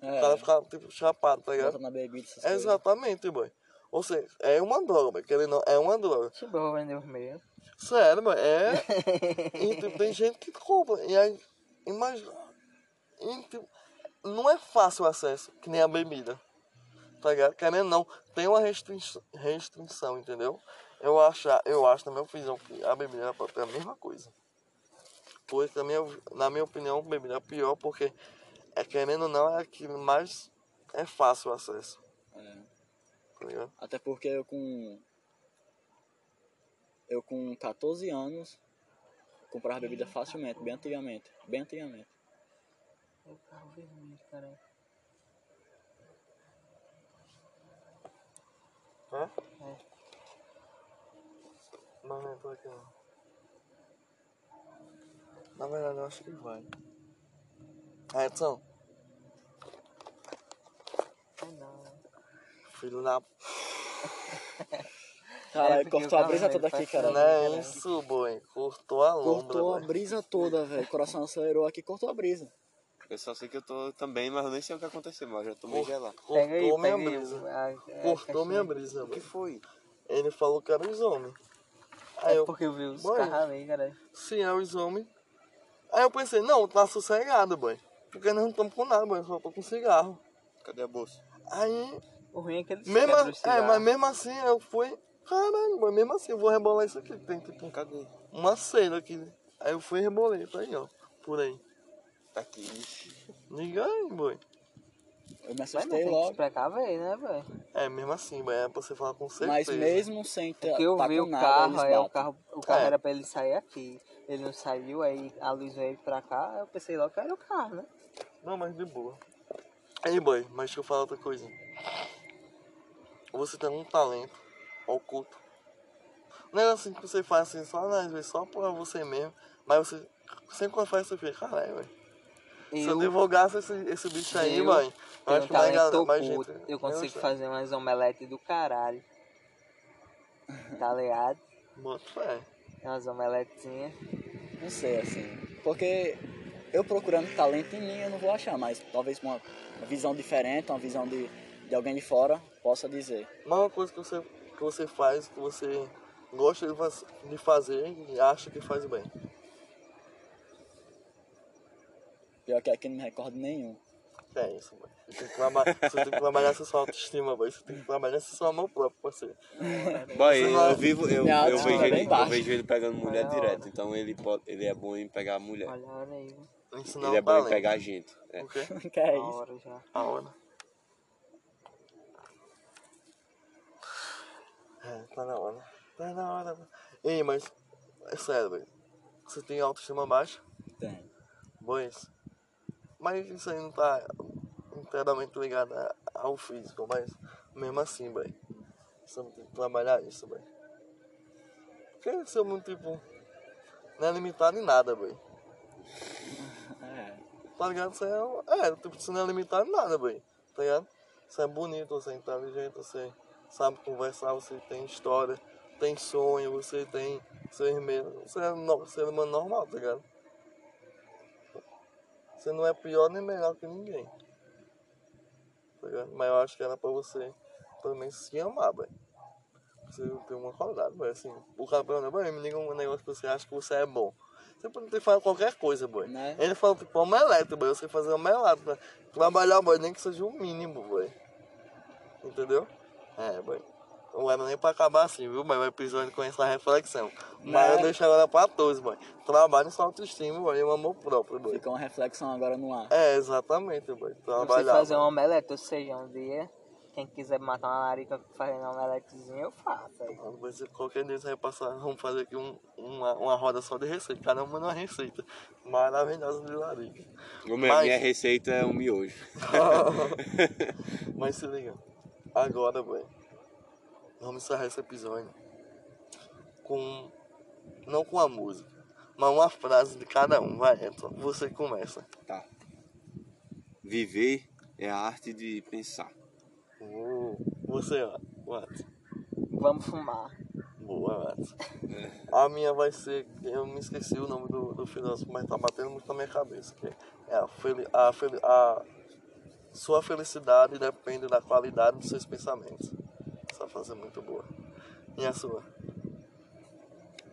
S2: O
S4: É,
S2: cara fica, tipo, chapado, tá ligado?
S4: bota na bebida, essas coisas.
S2: Exatamente, boy. Ou seja, é uma droga, boy, querendo ou não, é uma droga.
S5: Se boa vender os meus.
S2: Sério, mano, é. e tipo, tem gente que compra. E aí, imagina. E, tipo, não é fácil o acesso, que nem a bebida. Tá ligado? Querendo ou não, tem uma restrin restrição, entendeu? Eu acho, eu acho, na minha opinião, que a bebida era pra ter a mesma coisa. Pois, na minha, na minha opinião, a bebida é pior, porque, é, querendo ou não, é aquilo mais. É fácil o acesso,
S4: É.
S2: tá ligado?
S4: Até porque eu com. Eu com 14 anos comprava bebida facilmente, bem antigamente. Bem antigamente.
S5: O carro vermelho, caralho.
S2: Hã?
S5: É.
S2: Mas não é pra aqui, não. Na verdade, eu acho que vai. Ah, Edson,
S5: Ah,
S2: tá
S5: não.
S2: filho da
S4: Caralho,
S5: porque
S4: cortou
S5: eu
S4: a brisa
S5: tava
S4: toda
S5: vendo,
S4: aqui,
S5: tá
S4: cara.
S2: Não é isso, boi. Cortou a lombra,
S4: Cortou a
S5: né,
S2: boi.
S4: brisa toda, velho. O coração acelerou aqui, cortou a brisa.
S3: Eu só sei que eu tô também, mas eu nem sei o que aconteceu, mas eu já tomei
S2: Cor-
S3: gelado.
S5: Pega aí,
S2: Cortou minha
S5: pega aí
S2: brisa.
S5: a- a
S2: Cortou
S5: caixinha.
S2: minha brisa,
S3: O
S2: boi.
S3: que foi?
S2: Ele falou que era os homens. Aí
S5: É
S2: eu,
S5: porque eu vi os
S2: Bom,
S5: carros ali, caralho.
S2: se é os homens. Aí eu pensei, não, tá sossegado, boi. Porque nós não estamos com nada, boi. Eu Só tô com cigarro.
S3: Cadê a bolsa?
S2: Aí,
S5: O ruim é que eles
S2: mesmo,
S5: quebram o
S2: é,
S5: cigarro.
S2: mas mesmo assim eu fui. Caralho, boi, mesmo assim eu vou rebolar isso aqui. que Tem tipo
S3: Cadê?
S2: uma cena aqui. Aí eu fui e rebolei, tá aí, ó. Por aí.
S3: Tá aqui.
S2: Liga aí, boi.
S4: Eu me
S5: Mas não
S2: assim,
S5: tem
S4: assustei
S5: que se
S4: logo.
S5: precaver, né, velho?
S2: É, mesmo assim, boi. É pra você falar com certeza.
S4: Mas mesmo sem ter.
S5: Porque É eu
S4: tá
S5: vi
S4: com
S5: o
S4: nada,
S5: carro,
S4: eles
S5: aí o
S4: batem.
S5: carro, o carro
S2: É.
S5: era pra ele sair aqui. Ele não saiu, aí a luz veio pra cá, aí eu pensei logo que era o carro, né?
S2: Não, mas de boa. Ei, boy, mas deixa eu falar outra coisa. Você tem um talento oculto. Não é assim que você faz assim, só às vezes, só pra você mesmo. Mas você sempre quando faz, você fica, caralho, velho. Se eu
S5: Eu-
S2: divulgasse esse, esse bicho aí,
S5: eu
S2: boy, eu
S5: Tenho
S2: acho
S5: um
S2: que mais
S5: talento
S2: galera, mais gente.
S5: oculto. Eu consigo
S2: sei.
S5: fazer umas omeletes do caralho. Tá ligado?
S2: Boto fé.
S5: Umas omeletinhas.
S4: Não sei, assim. Porque eu procurando talento em mim, eu não vou achar, mas talvez com uma uma visão diferente, uma visão de, de alguém de fora, possa dizer.
S2: Mas é uma coisa que você, que você faz, que você gosta de, faz- de fazer e acha que faz bem.
S4: Pior que aqui não me recordo nenhum. [LAUGHS]
S2: É isso, mano. Você tem que, traba você tem que trabalhar essa sua autoestima, boy. Você tem que trabalhar essa sua mão própria, parceiro.
S3: Boy,
S2: Você
S3: eu,
S2: vai-
S3: vivo, eu,
S4: Minha
S3: eu,
S4: autoestima
S3: vejo
S4: é
S3: ele,
S4: bem
S3: eu
S4: baixa.
S3: vejo ele pegando
S5: Olha
S3: mulher
S5: a
S3: direto,
S5: hora.
S3: então ele, pode, ele é bom em pegar mulher.
S5: Olha a hora aí, viu?
S2: Isso não
S3: Ele é
S2: um
S3: bom em
S2: talento.
S3: pegar gente. É.
S2: O quê?
S4: que é
S5: A
S4: isso?
S5: hora já.
S2: A hora. É, tá na hora. Tá na hora. mano. Ei, mas é sério, velho. Você tem autoestima baixa?
S4: Tem.
S2: Pois. Mas isso aí não tá inteiramente ligado a- ao físico, mas mesmo assim, velho. Você não tem que trabalhar isso, velho. Porque você é muito, tipo, não é limitado em nada, velho.
S4: É.
S2: Tá ligado? Você é, um- é, tipo, você não é limitado em nada, velho. Tá ligado? Você é bonito, você é inteligente, você sabe conversar, você tem história, tem sonho, você tem seus medos. Você é um ser humano normal, tá ligado? Você não é pior nem melhor que ninguém. Tá ligado? Mas eu acho que era pra você, pelo menos, se amar, velho. Você tem uma qualidade, velho, assim. O cara pergunta, velho, me liga um negócio que você acha que você é bom. Você pode ter falado qualquer coisa, boy.
S4: Né?
S2: Ele falou tipo omelete, boy. Eu sei fazer omelete pra trabalhar, boy, nem que seja o mínimo, boy. Entendeu? É, boy. Não era nem pra acabar assim, viu, boy? O episódio com essa reflexão. Mas
S4: Né?
S2: eu deixo agora pra todos, boy. Trabalhe sua autoestima, boy, e o amor próprio, boy.
S4: Fica uma reflexão agora no ar.
S2: É, exatamente, boy.
S5: Não sei
S2: Trabalhar.
S5: fazer um
S2: boy.
S5: omelete, ou seja, um dia, quem quiser matar uma larica fazendo um omeletezinho, eu faço. aí.
S2: Mas qualquer dia a gente vai passar, vamos fazer aqui um- uma, uma roda só de receita. Cada um manda uma receita. Maravilhosa de larica.
S3: Ô, meu,
S2: Mas-
S3: Minha receita é um miojo. [LAUGHS]
S2: Mas se liga, agora, velho, vamos encerrar esse episódio com. Não com a música, mas uma frase de cada um. Vai, então, você começa.
S3: Tá. Viver é a arte de pensar.
S2: Uh, Você, ó, Matos.
S5: Vamos fumar.
S2: Boa, Matos. A minha vai ser. Eu me esqueci o nome do, do filósofo, mas tá batendo muito na minha cabeça. Que é a, fel- a, fel- a Sua felicidade depende da qualidade dos seus pensamentos. Essa frase é muito boa. E a sua?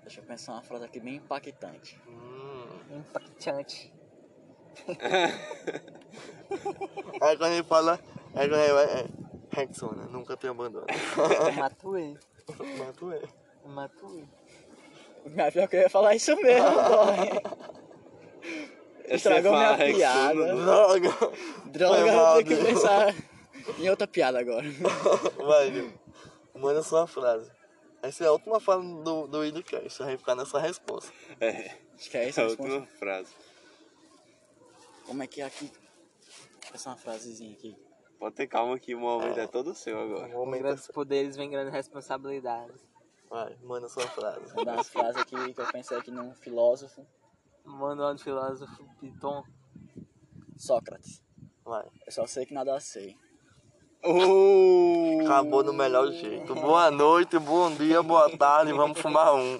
S4: Deixa eu pensar uma frase aqui bem impactante.
S2: Hum.
S5: Impactante.
S2: Aí É quando ele fala, aí quando ele vai, é, Rexona, nunca te abandono.
S5: Eu mato ele.
S2: Mato ele.
S5: Eu mato ele.
S4: Mas pior que eu ia falar isso
S2: [LAUGHS]
S4: mesmo, boy. Estragou
S3: Você fala,
S4: minha
S3: Rex,
S4: piada.
S2: Droga.
S4: Droga,
S2: Foi
S4: eu
S2: mal,
S4: tenho que pensar em outra piada agora.
S2: Vai, Gil. manda sua frase. Essa é a última fala do, do Idcast, vai ficar nessa resposta.
S3: É,
S4: Acho que é essa
S3: é
S4: a
S3: a
S4: resposta.
S3: última frase.
S4: Como é que é aqui? Deixa eu pensar uma frasezinha aqui.
S3: Pode ter calma que o momento é todo seu agora.
S2: Um momento
S5: Grandes
S2: assim.
S5: poderes vem grandes responsabilidades.
S2: Vai, manda sua frase.
S4: Vou dar umas frases aqui que eu pensei aqui num filósofo,
S5: Manual do um filósofo Piton.
S4: Sócrates.
S2: Vai.
S4: Eu só sei que nada sei.
S3: Oh!
S2: Acabou do melhor jeito. Boa noite, bom dia, boa tarde, vamos fumar um.